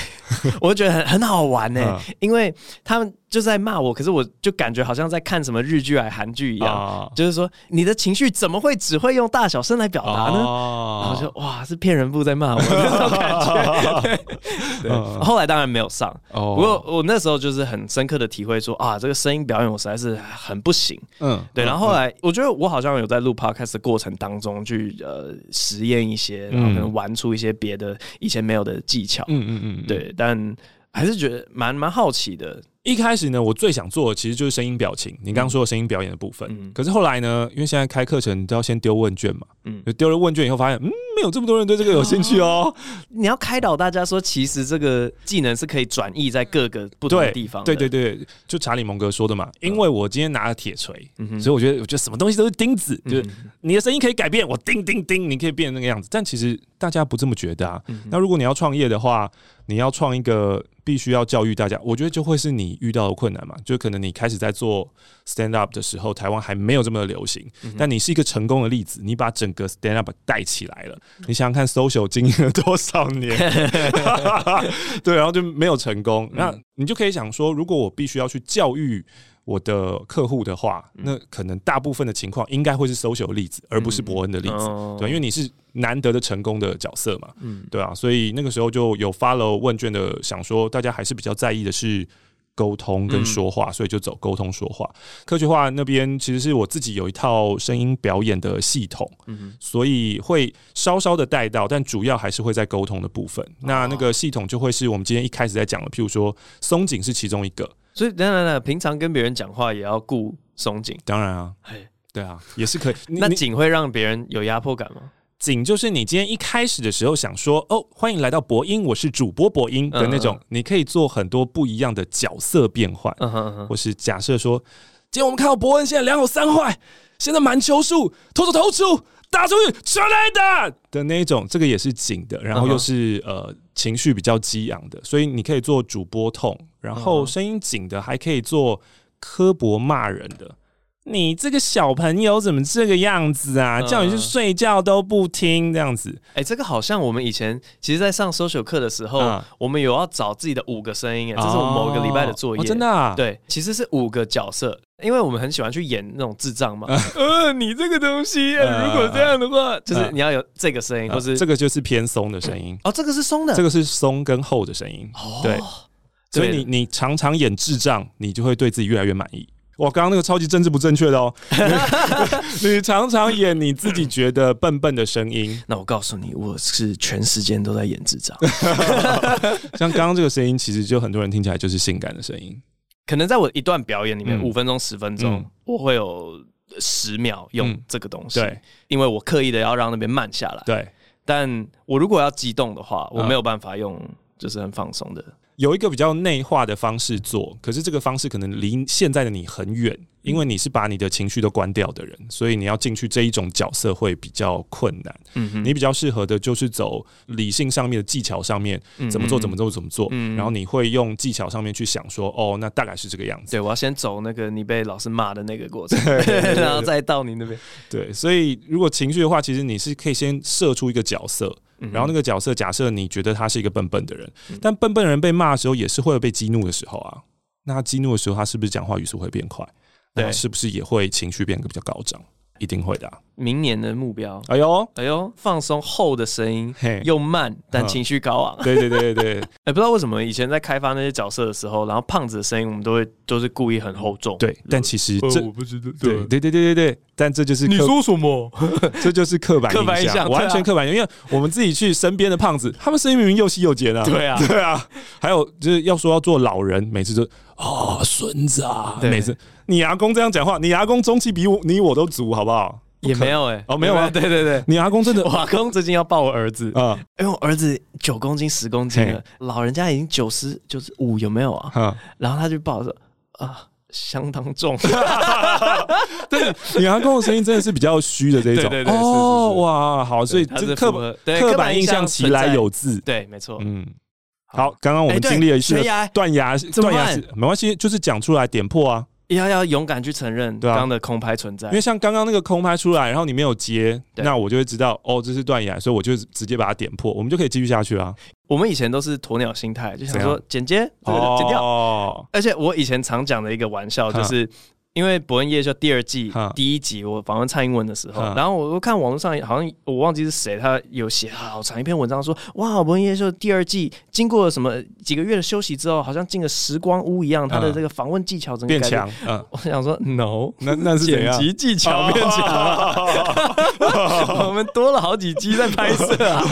Speaker 1: [LAUGHS] 我就觉得很很好玩呢、欸
Speaker 2: 嗯
Speaker 1: 因为他们就在骂我，可是我就感觉好像在看什么日剧还韩剧一样，
Speaker 2: 啊
Speaker 1: 就是说你的情绪怎么会只会用大小声来表达
Speaker 2: 哦
Speaker 1: 呢？然后
Speaker 2: 呢
Speaker 1: 就哇，是骗人部在骂我 [LAUGHS] 那种感觉。对
Speaker 2: 嗯
Speaker 1: 后来当然没有上，
Speaker 2: 哦
Speaker 1: 不过我那时候就是很深刻的体会说啊，这个声音表演我实在是很不行。
Speaker 2: 嗯
Speaker 1: 对，然后后来我觉得我好像有在录 podcast 的过程当中去呃实验一些，然后可能玩出一些别的以前没有的技巧，
Speaker 2: 嗯嗯嗯，嗯。
Speaker 1: 对，但还是觉得蛮蛮好奇的，
Speaker 2: 一开始呢，我最想做的其实就是声音表情，你刚刚说的声音表演的部分。
Speaker 1: 嗯
Speaker 2: 可是后来呢，因为现在开课程都要先丢问卷嘛，
Speaker 1: 嗯
Speaker 2: 就丢了问卷以后发现，嗯，没有这么多人对这个有兴趣哦。
Speaker 1: 你要开导大家说，其实这个技能是可以转移在各个不同的
Speaker 2: 对，
Speaker 1: 地方
Speaker 2: 对对
Speaker 1: 对，
Speaker 2: 对，就查理蒙格说的嘛，因为我今天拿了铁锤，
Speaker 1: 嗯哼
Speaker 2: 所以我觉得我觉得什么东西都是钉子，就是
Speaker 1: 嗯
Speaker 2: 你的声音可以改变，我叮叮叮，你可以变成那个样子。但其实大家不这么觉得啊。
Speaker 1: 嗯哼
Speaker 2: 那如果你要创业的话，你要创一个必须要教育大家，我觉得就会是你遇到的困难嘛。就可能你开始在做 stand up 的时候，台湾还没有这么的流行，
Speaker 1: 嗯
Speaker 2: 但你是一个成功的例子，你把整个 stand up 带起来了。你想想看，social 经营了多少年？ [LAUGHS] 对，然后就没有成功。
Speaker 1: 嗯
Speaker 2: 那你就可以想说，如果我必须要去教育我的客户的话，
Speaker 1: 嗯
Speaker 2: 那可能大部分的情况应该会是 social 的例子，而不是伯恩的例子。
Speaker 1: 哦
Speaker 2: 对，因为你是难得的成功的角色嘛，
Speaker 1: 嗯
Speaker 2: 对啊，所以那个时候就有 follow 问卷的，想说大家还是比较在意的是沟通
Speaker 1: 嗯
Speaker 2: 跟说话，所以就走沟通说话。科学化那边其实是我自己有一套声音表演的系统，
Speaker 1: 嗯
Speaker 2: 所以会稍稍的带到，但主要还是会在沟通的部分。
Speaker 1: 哦
Speaker 2: 那那个系统就会是我们今天一开始在讲的，譬如说松紧是其中一个，
Speaker 1: 所以等等等，平常跟别人讲话也要顾松紧，
Speaker 2: 当然啊
Speaker 1: 嘿， [LAUGHS]
Speaker 2: 对啊，也是可以。你
Speaker 1: 那
Speaker 2: 你
Speaker 1: 紧会让别人有压迫感吗？
Speaker 2: 紧就是你今天一开始的时候想说哦，欢迎来到博音，我是主播博音的那种，你可以做很多不一样的角色变换，
Speaker 1: 嗯哼嗯哼，
Speaker 2: 或是假设说，今天我们看到伯恩现在两好三坏，现在满球数，投手投出，打出去全垒打的那一种，这个也是紧的，然后
Speaker 1: 嗯
Speaker 2: 又是、呃情绪比较激昂的，所以你可以做主播痛，然
Speaker 1: 嗯
Speaker 2: 后声音紧的还可以做刻薄骂人的。你这个小朋友怎么这个样子啊？
Speaker 1: 嗯
Speaker 2: 叫你去睡觉都不听，这样子。
Speaker 1: 哎、这个好像我们以前其实，在上 social 课的时候，
Speaker 2: 嗯哦
Speaker 1: 我们有要找自己的五个声音，哎，这是我们某一个礼拜的作业，
Speaker 2: 哦真的、啊。
Speaker 1: 对，其实是五个角色，因为我们很喜欢去演那种智障嘛。呃，你这个东西，呃如果这样的话，就是你要有这个声音，
Speaker 2: 呃，
Speaker 1: 或是
Speaker 2: 这个就是偏松的声音，
Speaker 1: 哦，这个是松的，
Speaker 2: 这个是松跟厚的声音。
Speaker 1: 哦
Speaker 2: 对，所以
Speaker 1: 对
Speaker 2: 你你常常演智障，你就会对自己越来越满意。哇，刚刚那个超级政治不正确的哦，你常常演你自己觉得笨笨的声音，
Speaker 1: 那我告诉你，我是全时间都在演智障，
Speaker 2: 像刚刚这个声音，其实就很多人听起来就是性感的声音。
Speaker 1: 可能在我一段表演里面，
Speaker 2: 嗯
Speaker 1: 五、分钟、十分钟，
Speaker 2: 嗯
Speaker 1: 我会有十秒用
Speaker 2: 嗯
Speaker 1: 这个东西，
Speaker 2: 对
Speaker 1: 因为我刻意的要让那边慢下来。
Speaker 2: 对，
Speaker 1: 但我如果要激动的话，我
Speaker 2: 嗯
Speaker 1: 没有办法用就是很放松的，
Speaker 2: 有一个比较内化的方式做，可是这个方式可能离现在的你很远，因为你是把你的情绪都关掉的人，所以你要进去这一种角色会比较困难。
Speaker 1: 嗯哼，
Speaker 2: 你比较适合的就是走理性上面的技巧上面，怎么做怎么做怎么做，
Speaker 1: 嗯嗯
Speaker 2: 然后你会用技巧上面去想说，哦，那大概是这个样子。
Speaker 1: 对，我要先走那个你被老师骂的那个过程，
Speaker 2: [LAUGHS] 对对
Speaker 1: 然后再到你那边。
Speaker 2: 对，所以如果情绪的话，其实你是可以先设出一个角色，然后那个角色假设你觉得他是一个笨笨的人，但笨笨的人被骂的时候也是会有被激怒的时候啊。那他激怒的时候，他是不是讲话语速会变快？
Speaker 1: 对
Speaker 2: 那是不是也会情绪变得比较高涨？一定会的啊、
Speaker 1: 明年的目标，
Speaker 2: 哎呦，
Speaker 1: 哎呦，放松后的声音
Speaker 2: 嘿
Speaker 1: 又慢，但
Speaker 2: 嗯
Speaker 1: 情绪高昂。
Speaker 2: 对对对对 [LAUGHS] 对
Speaker 1: 哎，不知道为什么以前在开发那些角色的时候，然后胖子的声音我们都会都是故意很厚重。
Speaker 2: 对，但其实
Speaker 1: 呃，
Speaker 2: 这。
Speaker 1: 我不知道。
Speaker 2: 哦对，对对对对对，但这就是刻
Speaker 1: 什么？
Speaker 2: [LAUGHS] 这就是刻板
Speaker 1: 刻板印
Speaker 2: 印
Speaker 1: 象
Speaker 2: 象，
Speaker 1: 对啊
Speaker 2: 完全刻板印象。因为我们自己去身边的胖子，他们声音明明又细又尖
Speaker 1: [LAUGHS]
Speaker 2: 啊。
Speaker 1: 对啊
Speaker 2: 对啊。还有就是要说要做老人，每次都哦孙子啊，
Speaker 1: 对
Speaker 2: 每次你阿公这样讲话，你阿公中气比我你我都足，好不好？
Speaker 1: 也没
Speaker 2: 有，
Speaker 1: 有哎，
Speaker 2: 哦没有啊
Speaker 1: [LAUGHS] 对对
Speaker 2: [LAUGHS]
Speaker 1: 对，
Speaker 2: 你阿公
Speaker 1: [LAUGHS]
Speaker 2: 真的
Speaker 1: 我阿公最近要抱我儿子，
Speaker 2: 啊
Speaker 1: 因为我哎儿子九公斤十公斤了，老人家已经九十九十五有没有啊？
Speaker 2: 哈，
Speaker 1: 然后他就抱我说啊，相当
Speaker 2: [LAUGHS]
Speaker 1: 重。
Speaker 2: 对，你阿公的声音真的是比较虚的这一种。
Speaker 1: 对对对是是是
Speaker 2: 哦哇，好，所以
Speaker 1: 对它
Speaker 2: 这
Speaker 1: 是
Speaker 2: 刻
Speaker 1: 符
Speaker 2: 板
Speaker 1: 合对
Speaker 2: 刻
Speaker 1: 刻
Speaker 2: 板
Speaker 1: 板
Speaker 2: 印象其来有自。
Speaker 1: 对，没错。
Speaker 2: 嗯，好，刚刚我
Speaker 1: 哎
Speaker 2: 们
Speaker 1: 对
Speaker 2: 经历了一次
Speaker 1: 悬崖
Speaker 2: 断崖
Speaker 1: 么
Speaker 2: 断崖
Speaker 1: 办
Speaker 2: 式，没关系，就是讲出来点破啊。
Speaker 1: 要要勇敢去承认
Speaker 2: 对啊
Speaker 1: 刚刚的空拍存在
Speaker 2: 因为。像刚刚那个空拍出来，然后你没有接，
Speaker 1: 对
Speaker 2: 那我就会知道哦，这是断崖，所以我就直接把它点破，我们就可以继续下去啊。
Speaker 1: 我们以前都是鸵鸟心态，就想
Speaker 2: 怎
Speaker 1: 说
Speaker 2: 样
Speaker 1: 剪接，这个剪掉。
Speaker 2: 哦，
Speaker 1: 而且我以前常讲的一个玩笑
Speaker 2: 哈
Speaker 1: 就是。因为《伯恩夜秀》第二季
Speaker 2: 哈
Speaker 1: 第一集，我访问蔡英文的时候
Speaker 2: 哈，
Speaker 1: 然后我又看网络上好像我忘记是谁，他有写好长一篇文章说，哇，《伯恩夜秀》第二季经过了什么几个月的休息之后，好像进了时光屋一样，他的
Speaker 2: 嗯
Speaker 1: 这个访问技巧整个
Speaker 2: 变
Speaker 1: 改变
Speaker 2: 强，嗯，
Speaker 1: 我想说，no，
Speaker 2: 那那是怎
Speaker 1: 剪
Speaker 2: 样？哦
Speaker 1: 辑技巧变
Speaker 2: [LAUGHS]
Speaker 1: 强了。 [LAUGHS] 我们多了好几集在拍摄 [LAUGHS] 啊。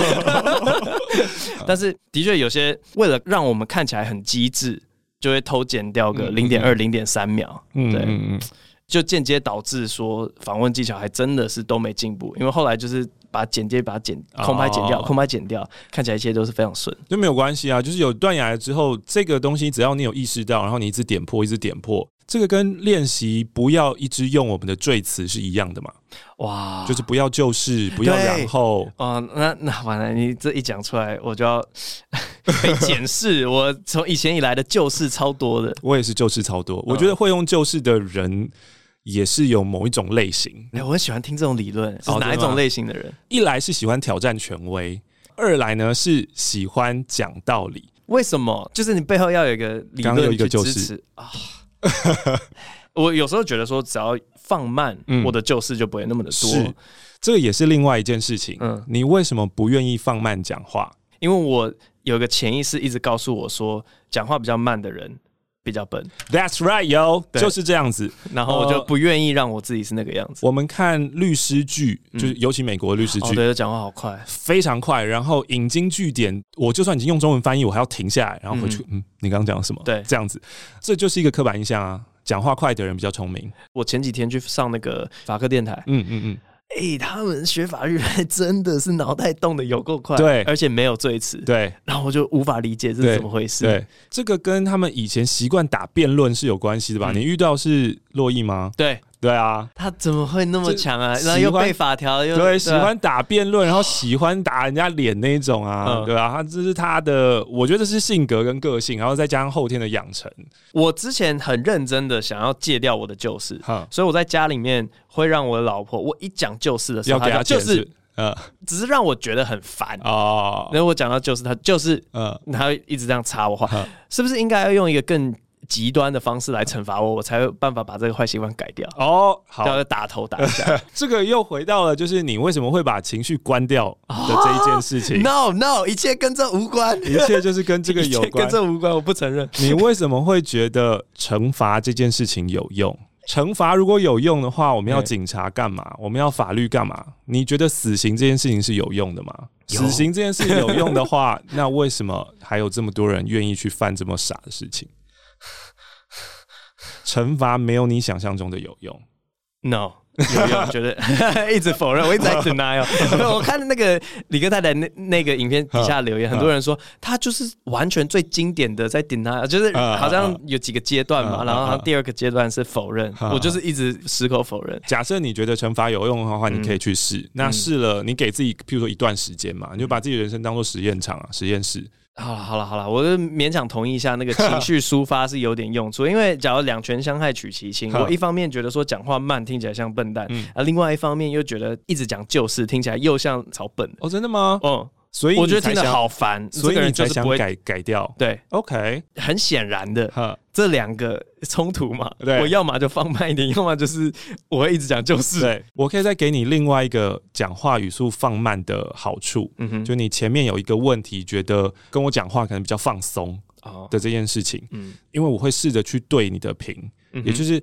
Speaker 1: 但是的确有些为了让我们看起来很机智，就会偷剪掉个
Speaker 2: 嗯
Speaker 1: 零点二、零点三秒，
Speaker 2: [LAUGHS] 嗯
Speaker 1: 对
Speaker 2: 嗯嗯，
Speaker 1: 就间接导致说访问技巧还真的是都没进步，因为后来就是。把剪接把它剪
Speaker 2: 哦
Speaker 1: 空拍剪掉，空拍剪掉，看起来一切都是非常顺。
Speaker 2: 就没有关系啊。就是有断崖之后，这个东西只要你有意识到，然后你一直点破，一直点破，这个跟练习不要一直用我们的赘词是一样的嘛，
Speaker 1: 哇！
Speaker 2: 就是不要就是，不要
Speaker 1: 对
Speaker 2: 然后。
Speaker 1: 哦，那那完了，你这一讲出来，我就要 [LAUGHS] 被检视。我从以前以来的旧事超多的。
Speaker 2: 我也是旧事超多，我觉
Speaker 1: 嗯
Speaker 2: 得会用旧事的人也是有某一种类型，
Speaker 1: 哎、我很喜欢听这种理论，是
Speaker 2: 哦
Speaker 1: 哪一
Speaker 2: 真的
Speaker 1: 种
Speaker 2: 吗
Speaker 1: 类型的人？
Speaker 2: 一来是喜欢挑战权威，二来呢是喜欢讲道理。
Speaker 1: 为什么？就是你背后要有一个理
Speaker 2: 刚刚有
Speaker 1: 论
Speaker 2: 一个
Speaker 1: 去
Speaker 2: 就
Speaker 1: 支
Speaker 2: 是
Speaker 1: 持啊。 [LAUGHS] 我有时候觉得说，只要放慢，
Speaker 2: 嗯
Speaker 1: 我的旧事就不会那么的多
Speaker 2: 是，这个也是另外一件事情。
Speaker 1: 嗯
Speaker 2: 嗯，你为什么不愿意放慢讲话？
Speaker 1: 因为我有一个潜意识一直告诉我说，讲话比较慢的人比较笨，
Speaker 2: That's right, yo，
Speaker 1: 对
Speaker 2: 就是这样子。
Speaker 1: 然后我就
Speaker 2: 哦
Speaker 1: 不愿意让我自己是那个样子。
Speaker 2: 我们看律师剧，就是尤其美国的律师
Speaker 1: 嗯哦，
Speaker 2: 剧，
Speaker 1: 对，讲话好快，
Speaker 2: 非常快，然后引经据典。我就算已经用中文翻译，我还要停下来，然后回去。嗯你刚刚讲了什么？
Speaker 1: 对
Speaker 2: 这样子，这就是一个刻板印象啊。讲话快的人比较聪明。
Speaker 1: 我前几天去上那个法克电台，
Speaker 2: 嗯嗯嗯，
Speaker 1: 哎、他们学法律还真的是脑袋动的有够快，
Speaker 2: 对
Speaker 1: 而且没有最迟，
Speaker 2: 对
Speaker 1: 然后我就无法理解这是
Speaker 2: 对
Speaker 1: 怎么回事。
Speaker 2: 对，这个跟他们以前习惯打辩论是有关系的吧？
Speaker 1: 嗯
Speaker 2: 你遇到是洛伊吗？
Speaker 1: 对
Speaker 2: 对啊，
Speaker 1: 他怎么会那么强啊？
Speaker 2: 就
Speaker 1: 然后又
Speaker 2: 喜欢
Speaker 1: 背法条，又
Speaker 2: 对，喜
Speaker 1: 啊
Speaker 2: 欢打辩论，然后喜欢打人家脸那一种啊，
Speaker 1: 嗯
Speaker 2: 对啊，他这是他的，我觉得是性格跟个性，然后再加上后天的养成，
Speaker 1: 我之前很认真的想要戒掉我的旧事，
Speaker 2: 哈，
Speaker 1: 所以我在家里面会让我的老婆，我一讲旧事的时
Speaker 2: 要
Speaker 1: 候，
Speaker 2: 给他
Speaker 1: 她就
Speaker 2: 钱
Speaker 1: 就是，
Speaker 2: 呃，
Speaker 1: 只是让我觉得很烦。
Speaker 2: 哦，
Speaker 1: 然后我讲到旧事，她就是，
Speaker 2: 呃，
Speaker 1: 她会一直这样插我话
Speaker 2: 嗯，
Speaker 1: 是不是应该要用一个更极端的方式来惩罚我，我才有办法把这个坏习惯改掉？
Speaker 2: 哦，好，
Speaker 1: 要打头打 [LAUGHS] 下
Speaker 2: 这个又回到了，就是你为什么会把情绪关掉的这一件事情，
Speaker 1: ，no no，一 [LAUGHS] 切跟这无关，
Speaker 2: 一切就是跟这个有
Speaker 1: 一切
Speaker 2: 关
Speaker 1: 跟。这无关，我不承认。 [LAUGHS]
Speaker 2: 你为什么会觉得惩罚这件事情有用？惩罚如果有用的话，我们要
Speaker 1: 对
Speaker 2: 警察干嘛？我们要法律干嘛？你觉得死刑这件事情是有用的吗？
Speaker 1: 有
Speaker 2: 死刑这件事情有用
Speaker 1: [LAUGHS]
Speaker 2: 的话，那为什么还有这么多人愿意去犯这么傻的事情？惩罚没有你想象中的有用。
Speaker 1: No，有用，觉
Speaker 2: [LAUGHS]
Speaker 1: 得一直否认，我一直在 deny 哦。我看那个李哥太太那那个影片底下留
Speaker 2: [LAUGHS] 嗯
Speaker 1: 言，很多人说他就是完全最经典的在 deny，就是
Speaker 2: 嗯
Speaker 1: 好像有几个阶段嘛，
Speaker 2: 嗯
Speaker 1: 然后好
Speaker 2: 嗯
Speaker 1: 像第二个阶段是否认，
Speaker 2: 嗯
Speaker 1: 我就是一直矢口否认。
Speaker 2: 假设你觉得惩罚有用的话，
Speaker 1: 嗯
Speaker 2: 你可以去试。那试了，你给自己，譬如说一段时间嘛，你就把自己人生当做实验场啊，实验室。
Speaker 1: 好了好了好了，我就勉强同意一下，那个情绪抒发是有点用处，因为假如两全相害取其轻，
Speaker 2: 嗯
Speaker 1: 我一方面觉得说讲话慢听起来像笨蛋
Speaker 2: 嗯，
Speaker 1: 啊，另外一方面又觉得一直讲旧事听起来又像草本的。
Speaker 2: 哦，真的吗？
Speaker 1: 哦，
Speaker 2: 所以
Speaker 1: 我觉得
Speaker 2: 你才
Speaker 1: 听得
Speaker 2: 想，
Speaker 1: 好烦，
Speaker 2: 所
Speaker 1: 这个
Speaker 2: 以你
Speaker 1: 人
Speaker 2: 才
Speaker 1: 就是
Speaker 2: 想
Speaker 1: 不会
Speaker 2: 改改掉。
Speaker 1: 对， [LAUGHS]
Speaker 2: OK，
Speaker 1: 很显然的，
Speaker 2: 哈，
Speaker 1: 这两个冲突嘛，
Speaker 2: 对
Speaker 1: 我要么就放慢一点，要么就是我会一直讲就是，
Speaker 2: 对我可以再给你另外一个讲话语速放慢的好处，
Speaker 1: 嗯哼，
Speaker 2: 就你前面有一个问题，觉得跟我讲话可能比较放松
Speaker 1: 哦，
Speaker 2: 的这件事情，
Speaker 1: 嗯，
Speaker 2: 因为我会试着去对你的评，
Speaker 1: 嗯哼
Speaker 2: 也就是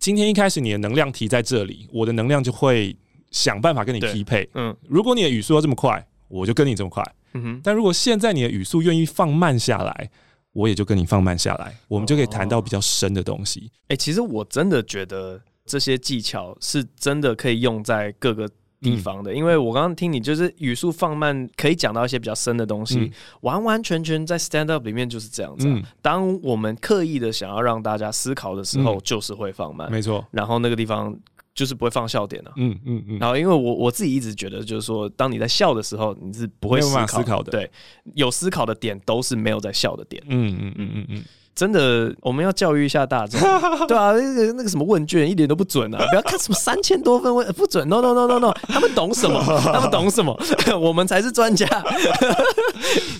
Speaker 2: 今天一开始你的能量提在这里，我的能量就会想办法跟你
Speaker 1: 对
Speaker 2: 匹配。
Speaker 1: 嗯
Speaker 2: 如果你的语速要这么快，我就跟你这么快；
Speaker 1: 嗯哼，
Speaker 2: 但如果现在你的语速愿意放慢下来，我也就跟你放慢下来，我们就可以谈
Speaker 1: 哦
Speaker 2: 到比较深的东西。
Speaker 1: 哎、其实我真的觉得这些技巧是真的可以用在各个。
Speaker 2: 嗯
Speaker 1: 地方的，因为我刚刚听你就是语速放慢，可以讲到一些比较深的东西，
Speaker 2: 嗯
Speaker 1: 完完全全在 stand up 里面就是这样子啊、
Speaker 2: 嗯
Speaker 1: 当我们刻意的想要让大家思考的时候，就是会放慢，
Speaker 2: 嗯没错，
Speaker 1: 然后那个地方就是不会放笑点啊。
Speaker 2: 嗯嗯嗯，
Speaker 1: 然后，因为我我自己一直觉得，就是说，当你在笑的时候，你是不会
Speaker 2: 没有
Speaker 1: 思
Speaker 2: 办
Speaker 1: 考
Speaker 2: 法思考的
Speaker 1: 对，有思考的点都是没有在笑的点。
Speaker 2: 嗯嗯嗯嗯嗯，
Speaker 1: 真的，我们要教育一下
Speaker 2: [LAUGHS]
Speaker 1: 大众，对啊，那个那个什么问卷一点都不准啊！不要看什么三千多份问不准，no no no no no，他们懂什么？他们懂什么？ [LAUGHS] 我们才是专家。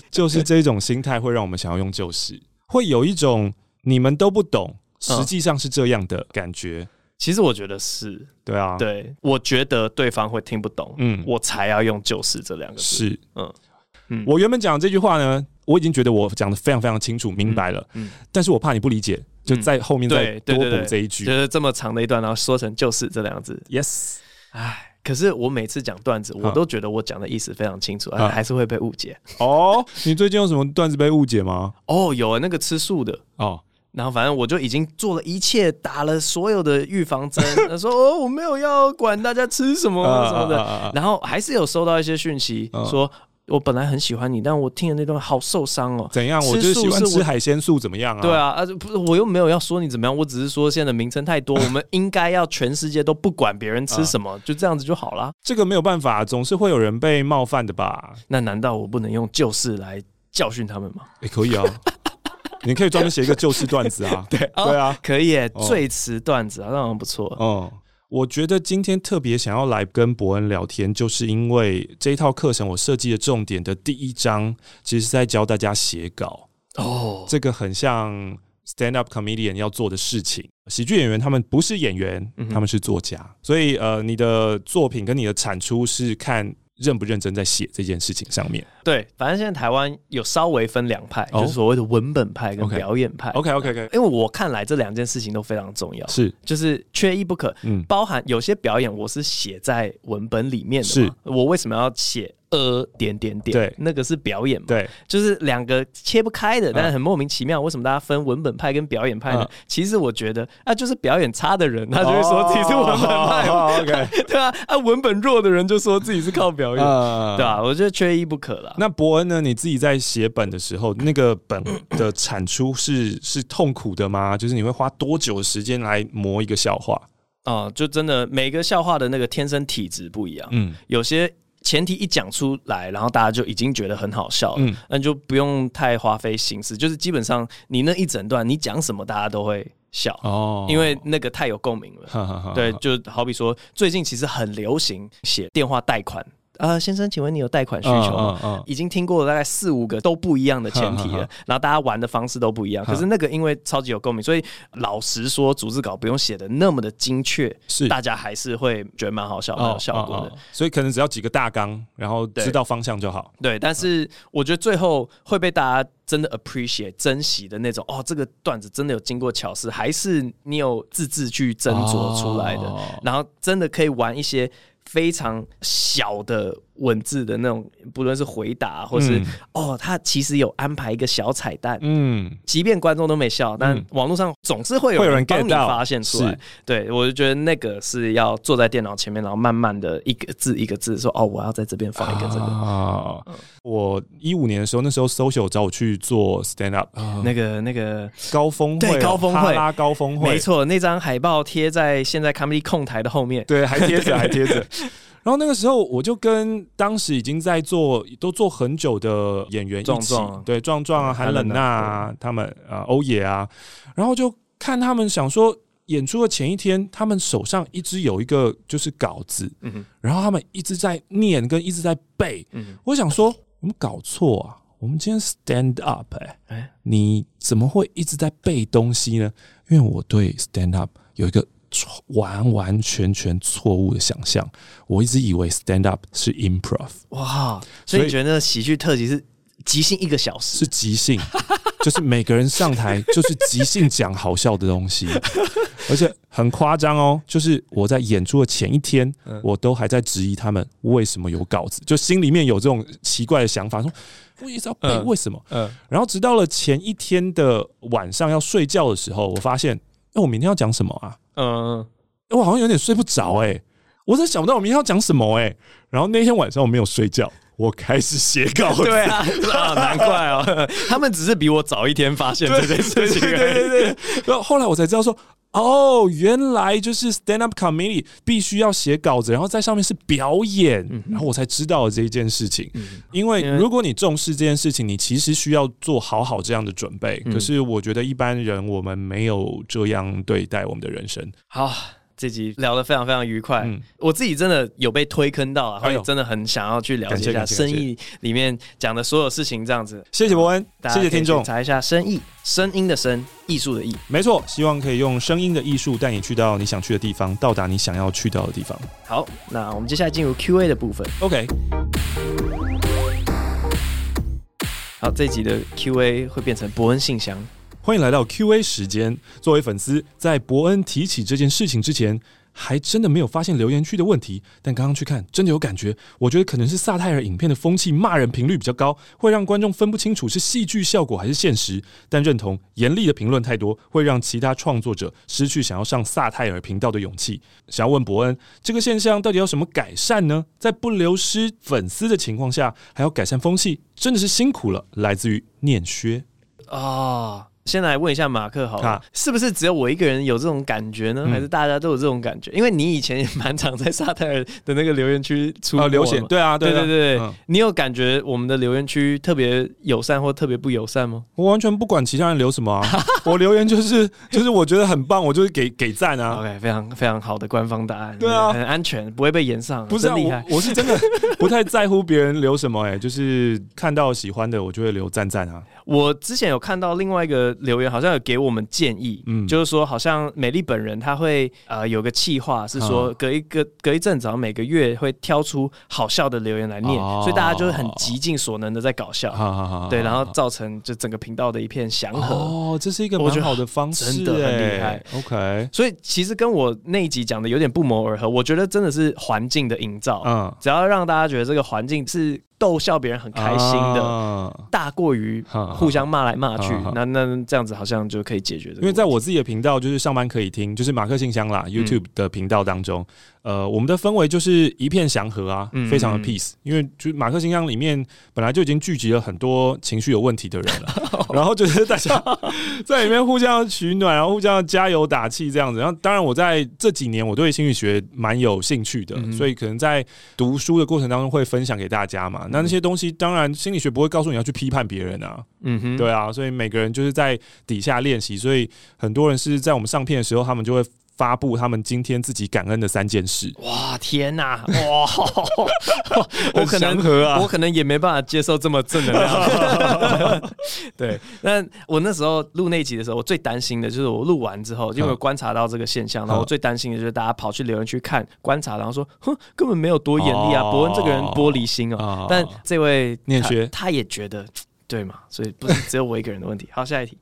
Speaker 2: 就是这种心态会让我们想要用旧事，会有一种你们都不懂，
Speaker 1: 嗯
Speaker 2: 实际上是这样的感觉。
Speaker 1: 其实我觉得是
Speaker 2: 对啊，，
Speaker 1: 对，我觉得对方会听不懂，
Speaker 2: 嗯，
Speaker 1: 我才要用“就是”这两个字。
Speaker 2: 是，
Speaker 1: 嗯
Speaker 2: 嗯
Speaker 1: 嗯
Speaker 2: 嗯，我原本讲这句话呢，我已经觉得我讲的非常非常清楚明白了，
Speaker 1: 嗯嗯嗯
Speaker 2: 但是我怕你不理解，就在后面
Speaker 1: 对
Speaker 2: 再
Speaker 1: 对
Speaker 2: 多
Speaker 1: 对
Speaker 2: 补
Speaker 1: 对
Speaker 2: 这一句。
Speaker 1: 就是这么长的一段，然后说成“就是”这两个字，
Speaker 2: Yes，
Speaker 1: 唉，可是我每次讲段子，我
Speaker 2: 嗯
Speaker 1: 都觉得我讲的意思非常清楚，
Speaker 2: 嗯
Speaker 1: 还是会被误解。
Speaker 2: 哦，你最近有什么段子被误解吗？
Speaker 1: 哦，有啊，那个吃素的。
Speaker 2: 哦，
Speaker 1: 然后反正我就已经做了一切，打了所有的预防
Speaker 2: [LAUGHS]
Speaker 1: 针。他说：“哦，我没有要管大家吃什么
Speaker 2: 啊
Speaker 1: 什么的。
Speaker 2: 的，
Speaker 1: 然后还是有收到一些讯息，
Speaker 2: 嗯
Speaker 1: 说我本来很喜欢你，但我听了那段好受伤哦。
Speaker 2: 怎样？我
Speaker 1: 吃
Speaker 2: 就是
Speaker 1: 素
Speaker 2: 喜欢
Speaker 1: 是
Speaker 2: 吃
Speaker 1: 我
Speaker 2: 海鲜素，怎么样啊？
Speaker 1: 对，啊，啊，不是，我又没有要说你怎么样，我只是说现在的名称太
Speaker 2: [LAUGHS]
Speaker 1: 多，我们应该要全世界都不管别人
Speaker 2: 啊
Speaker 1: 吃什么，就这样子就好啦。
Speaker 2: 这个没有办法，总是会有人被冒犯的吧？
Speaker 1: 那难道我不能用旧事来教训他们吗？
Speaker 2: 也、可以啊，你可以专门写一个旧事段子啊。对对啊，
Speaker 1: 可以耶，
Speaker 2: 哦
Speaker 1: 最迟段子啊，那好像不错。
Speaker 2: 嗯，我觉得今天特别想要来跟伯恩聊天，就是因为这一套课程我设计的重点的第一章，其实是在教大家写稿，
Speaker 1: 哦，
Speaker 2: 这个很像 stand up comedian 要做的事情。喜剧演员他们不是演员
Speaker 1: 嗯哼，
Speaker 2: 他们是作家，所以呃，你的作品跟你的产出是看认不认真在写这件事情上面。
Speaker 1: 对，反正现在台湾有稍微分两派，
Speaker 2: 哦
Speaker 1: 就是所谓的文本派跟
Speaker 2: OK
Speaker 1: 表演派。
Speaker 2: OK OK OK，
Speaker 1: 因为我看来这两件事情都非常重要，
Speaker 2: 是
Speaker 1: 就是缺一不可。
Speaker 2: 嗯
Speaker 1: 包含有些表演，我是写在文本里面的嘛。
Speaker 2: 是
Speaker 1: 我为什么要写呃点点点，
Speaker 2: 对
Speaker 1: 那个是表演嘛，
Speaker 2: 对，
Speaker 1: 就是两个切不开的，
Speaker 2: 嗯
Speaker 1: 但是很莫名其妙，为什么大家分文本派跟表演派呢
Speaker 2: 嗯？
Speaker 1: 其实我觉得啊，就是表演差的人，他就会说自己是文本派嘛，
Speaker 2: 哦 OK，
Speaker 1: [LAUGHS] 对啊，啊文本弱的人就说自己是靠表演，
Speaker 2: 呃
Speaker 1: 对啊，我觉得缺一不可了。
Speaker 2: 那伯恩呢？你自己在写本的时候，那个本的产出是是痛苦的吗？就是你会花多久的时间来磨一个笑话？
Speaker 1: 啊、就真的每个笑话的那个天生体质不一样，
Speaker 2: 嗯
Speaker 1: 有些前提一讲出来，然后大家就已经觉得很好笑了，
Speaker 2: 嗯，
Speaker 1: 那、就不用太花费心思，就是基本上你那一整段你讲什么，大家都会笑，
Speaker 2: 哦啊
Speaker 1: 因为那个太有共鸣了。
Speaker 2: 哈哈哈
Speaker 1: 对，就好比说，最近其实很流行写电话贷款啊、先生，请问你有贷款需求吗？
Speaker 2: 嗯嗯
Speaker 1: 已经听过了大概四五个都不一样的前提
Speaker 2: 哈哈
Speaker 1: 了
Speaker 2: 哈，
Speaker 1: 然后大家玩的方式都不一样。
Speaker 2: 哈
Speaker 1: 可是那个因为超级有共鸣，所以老实说，逐字稿不用写的那么的精确，
Speaker 2: 是哦
Speaker 1: 大家还是会觉得蛮好笑、蛮有效果的。
Speaker 2: 所以可能只要几个大纲，然后
Speaker 1: 对
Speaker 2: 知道方向就好。
Speaker 1: 对，但是我觉得最后会被大家真的 appreciate 珍惜的那种哦，这个段子真的有经过巧思，还是你有自制去斟酌出来的，
Speaker 2: 哦
Speaker 1: 然后真的可以玩一些非常小的文字的那种，不论是回答或是、
Speaker 2: 嗯
Speaker 1: 哦，他其实有安排一个小彩蛋，
Speaker 2: 嗯，
Speaker 1: 即便观众都没笑，但
Speaker 2: 嗯
Speaker 1: 网络上总是会有
Speaker 2: 会有
Speaker 1: 人
Speaker 2: 人
Speaker 1: 帮
Speaker 2: get
Speaker 1: 你
Speaker 2: 到
Speaker 1: 发现出来
Speaker 2: 是。
Speaker 1: 对，我就觉得那个是要坐在电脑前面，然后慢慢的一个字一个字说，哦，我要在这边放一个这个。
Speaker 2: 啊，我一五年的时候，那时候 social 找我去做 stand up，啊
Speaker 1: 那个那个，
Speaker 2: 高峰会哦，
Speaker 1: 对高峰会
Speaker 2: 哈拉高峰会，
Speaker 1: 没错，那张海报贴在现在 Comedy 控台的后面。
Speaker 2: 对，还贴着，还
Speaker 1: [LAUGHS]
Speaker 2: 贴着。然后那个时候，我就跟当时已经在做都做很久的演员一起，
Speaker 1: 壮壮啊
Speaker 2: 对壮壮啊、
Speaker 1: 韩
Speaker 2: 韩冷
Speaker 1: 冷
Speaker 2: 娜
Speaker 1: 啊
Speaker 2: 啊，他们啊、呃欧野啊，然后就看他们想说，演出的前一天，他们手上一直有一个就是稿子，
Speaker 1: 嗯哼
Speaker 2: 然后他们一直在念跟一直在背，
Speaker 1: 嗯
Speaker 2: 我想说，我们搞错啊，我们今天 stand up 哎、
Speaker 1: 哼，哎，
Speaker 2: 你怎么会一直在背东西呢？因为我对 stand up 有一个错完完全全错误的想象，我一直以为 stand up 是 improv，
Speaker 1: 哇！所
Speaker 2: 所以
Speaker 1: 以你觉得那喜剧特辑是即兴一个小时？
Speaker 2: 是即兴， [LAUGHS] 就是每个人上台就是即兴讲好笑的东
Speaker 1: [LAUGHS]
Speaker 2: 西，而且很夸张哦。就是我在演出的前一天，
Speaker 1: 嗯
Speaker 2: 我都还在质疑他们为什么有稿子，就心里面有这种奇怪的想法，说我一直要背
Speaker 1: 嗯
Speaker 2: 为什么。
Speaker 1: 嗯，
Speaker 2: 然后直到了前一天的晚上要睡觉的时候，我发现，那、我明天要讲什么啊？
Speaker 1: 嗯，
Speaker 2: 诶我好像有点睡不着哎、我真想不到我明天要讲什么哎、然后那天晚上我没有睡觉，我开始写稿
Speaker 1: [LAUGHS]
Speaker 2: 子。
Speaker 1: 对啊，
Speaker 2: [LAUGHS]
Speaker 1: 啊，难怪哦， [LAUGHS] 他们只是比我早一天发现这件事
Speaker 2: [LAUGHS] 对
Speaker 1: 情而
Speaker 2: 对
Speaker 1: 已。
Speaker 2: 对对对。然后后来我才知道说，哦，原来就是 stand up comedy 必须要写稿子，然后在上面是表演，然后我才知道了这一件事情。因为
Speaker 1: 嗯因为
Speaker 2: 如果你重视这件事情，你其实需要做好好这样的准备。
Speaker 1: 嗯
Speaker 2: 可是我觉得一般人我们没有这样对待我们的人生。
Speaker 1: [LAUGHS] 好，这集聊得非常非常愉快。
Speaker 2: 嗯
Speaker 1: 我自己真的有被推坑到啊，
Speaker 2: 哎
Speaker 1: 会
Speaker 2: 呦
Speaker 1: 真的很想要去了解一下
Speaker 2: 感谢感谢感
Speaker 1: 生
Speaker 2: 谢
Speaker 1: 意里面讲的所有事情，这样子。
Speaker 2: 谢谢伯恩，
Speaker 1: 大家
Speaker 2: 谢谢
Speaker 1: 可以
Speaker 2: 听
Speaker 1: 去
Speaker 2: 众。
Speaker 1: 查一下生意，声音的声，艺术的艺。
Speaker 2: 没错，希望可以用声音的艺术带你去到你想去的地方，到达你想要去到的地方。
Speaker 1: 好，那我们接下来进入 Q&A 的部分。
Speaker 2: OK，
Speaker 1: 好，这集的 Q&A 会变成伯恩信箱。
Speaker 2: 欢迎来到 Q&A 时间。作为粉丝，在伯恩提起这件事情之前，还真的没有发现留言区的问题，但刚刚去看，真的有感觉。我觉得可能是萨泰尔影片的风气骂人频率比较高，会让观众分不清楚是戏剧效果还是现实。但认同严厉的评论太多，会让其他创作者失去想要上萨泰尔频道的勇气。想要问伯恩，这个现象到底要什么改善呢？在不流失粉丝的情况下，还要改善风气，真的是辛苦了。来自于念薛。
Speaker 1: 哦，先来问一下马克好了，
Speaker 2: 啊
Speaker 1: 是不是只有我一个人有这种感觉呢？
Speaker 2: 嗯
Speaker 1: 还是大家都有这种感觉？因为你以前也蛮常在沙特尔的那个留言区出没
Speaker 2: 啊，
Speaker 1: 嘛
Speaker 2: 流血，对啊，
Speaker 1: 对
Speaker 2: 啊
Speaker 1: 对对，
Speaker 2: 嗯
Speaker 1: 你有感觉我们的留言区特别友善或特别不友善吗？
Speaker 2: 我完全不管其他人留什么 [LAUGHS] 啊，我留言就是就是我觉得很棒，我就是给给赞啊，
Speaker 1: OK，非常非常好的官方答案，
Speaker 2: 对啊
Speaker 1: 很安全，不会被延上，
Speaker 2: 不是、啊、
Speaker 1: 真厉害。
Speaker 2: 我我是 [LAUGHS] 真的不太在乎别人留什么、哎，就是看到喜欢的我就会留赞赞啊，
Speaker 1: 我之前有看到另外一个留言，好像有给我们建议，
Speaker 2: 嗯
Speaker 1: 就是说好像美丽本人她会呃有个计划，是说
Speaker 2: 啊
Speaker 1: 隔一个隔一阵子，好像每个月会挑出好笑的留言来念，
Speaker 2: 哦啊
Speaker 1: 所以大家就是很极尽所能的在搞笑，
Speaker 2: 好好好，
Speaker 1: 对，然后造成就整个频道的一片祥和。
Speaker 2: 哦，这是一个
Speaker 1: 我觉
Speaker 2: 蛮
Speaker 1: 得
Speaker 2: 好的方式、
Speaker 1: 真的很厉害
Speaker 2: 哎，OK，
Speaker 1: 所以其实跟我那一集讲的有点不谋而合，我觉得真的是环境的营造。
Speaker 2: 嗯，
Speaker 1: 只要让大家觉得这个环境是逗笑别人很开心的，
Speaker 2: 啊
Speaker 1: 大过于
Speaker 2: 哈
Speaker 1: 互相骂来骂去
Speaker 2: 啊啊。
Speaker 1: 那那这样子好像就可以解决这个问题。
Speaker 2: 因为在我自己的频道，就是上班可以听，就是马克信箱
Speaker 1: 嗯
Speaker 2: 啦，YouTube 的频道当中，呃，我们的氛围就是一片祥和啊，
Speaker 1: 嗯
Speaker 2: 非常
Speaker 1: 嗯
Speaker 2: 的 peace。因为就是马克信箱里面本来就已经聚集了很多情绪有问题的
Speaker 1: [LAUGHS]
Speaker 2: 人了，然后就是大家在里面互相取暖，然后互相加油打气这样子。然后当然，我在这几年我对心理学蛮有兴趣的，
Speaker 1: 嗯
Speaker 2: 所以可能在读书的过程当中会分享给大家嘛。那那些东西，当然心理学不会告诉你要去批判别人啊，
Speaker 1: 嗯哼，
Speaker 2: 对啊，所以每个人就是在底下练习，所以很多人是在我们上片的时候，他们就会发布他们今天自己感恩的三件事。
Speaker 1: 哇天呐，哇， [LAUGHS] 我
Speaker 2: 很
Speaker 1: 可能
Speaker 2: 祥和啊
Speaker 1: 我可能也没办法接受这么正能量。 [LAUGHS] 对，那我那时候录那集的时候，我最担心的就是我录完之后，因为我观察到这个现象，然后我最担心的就是大家跑去留言区看观察，然后说，哼，根本没有多严厉啊，
Speaker 2: 哦
Speaker 1: 伯恩这个人玻璃心哦。
Speaker 2: 啊
Speaker 1: 但这位
Speaker 2: 念
Speaker 1: 他
Speaker 2: 学
Speaker 1: 他也觉得。对嘛，所以不是只有我一个人的问题。好，下一题。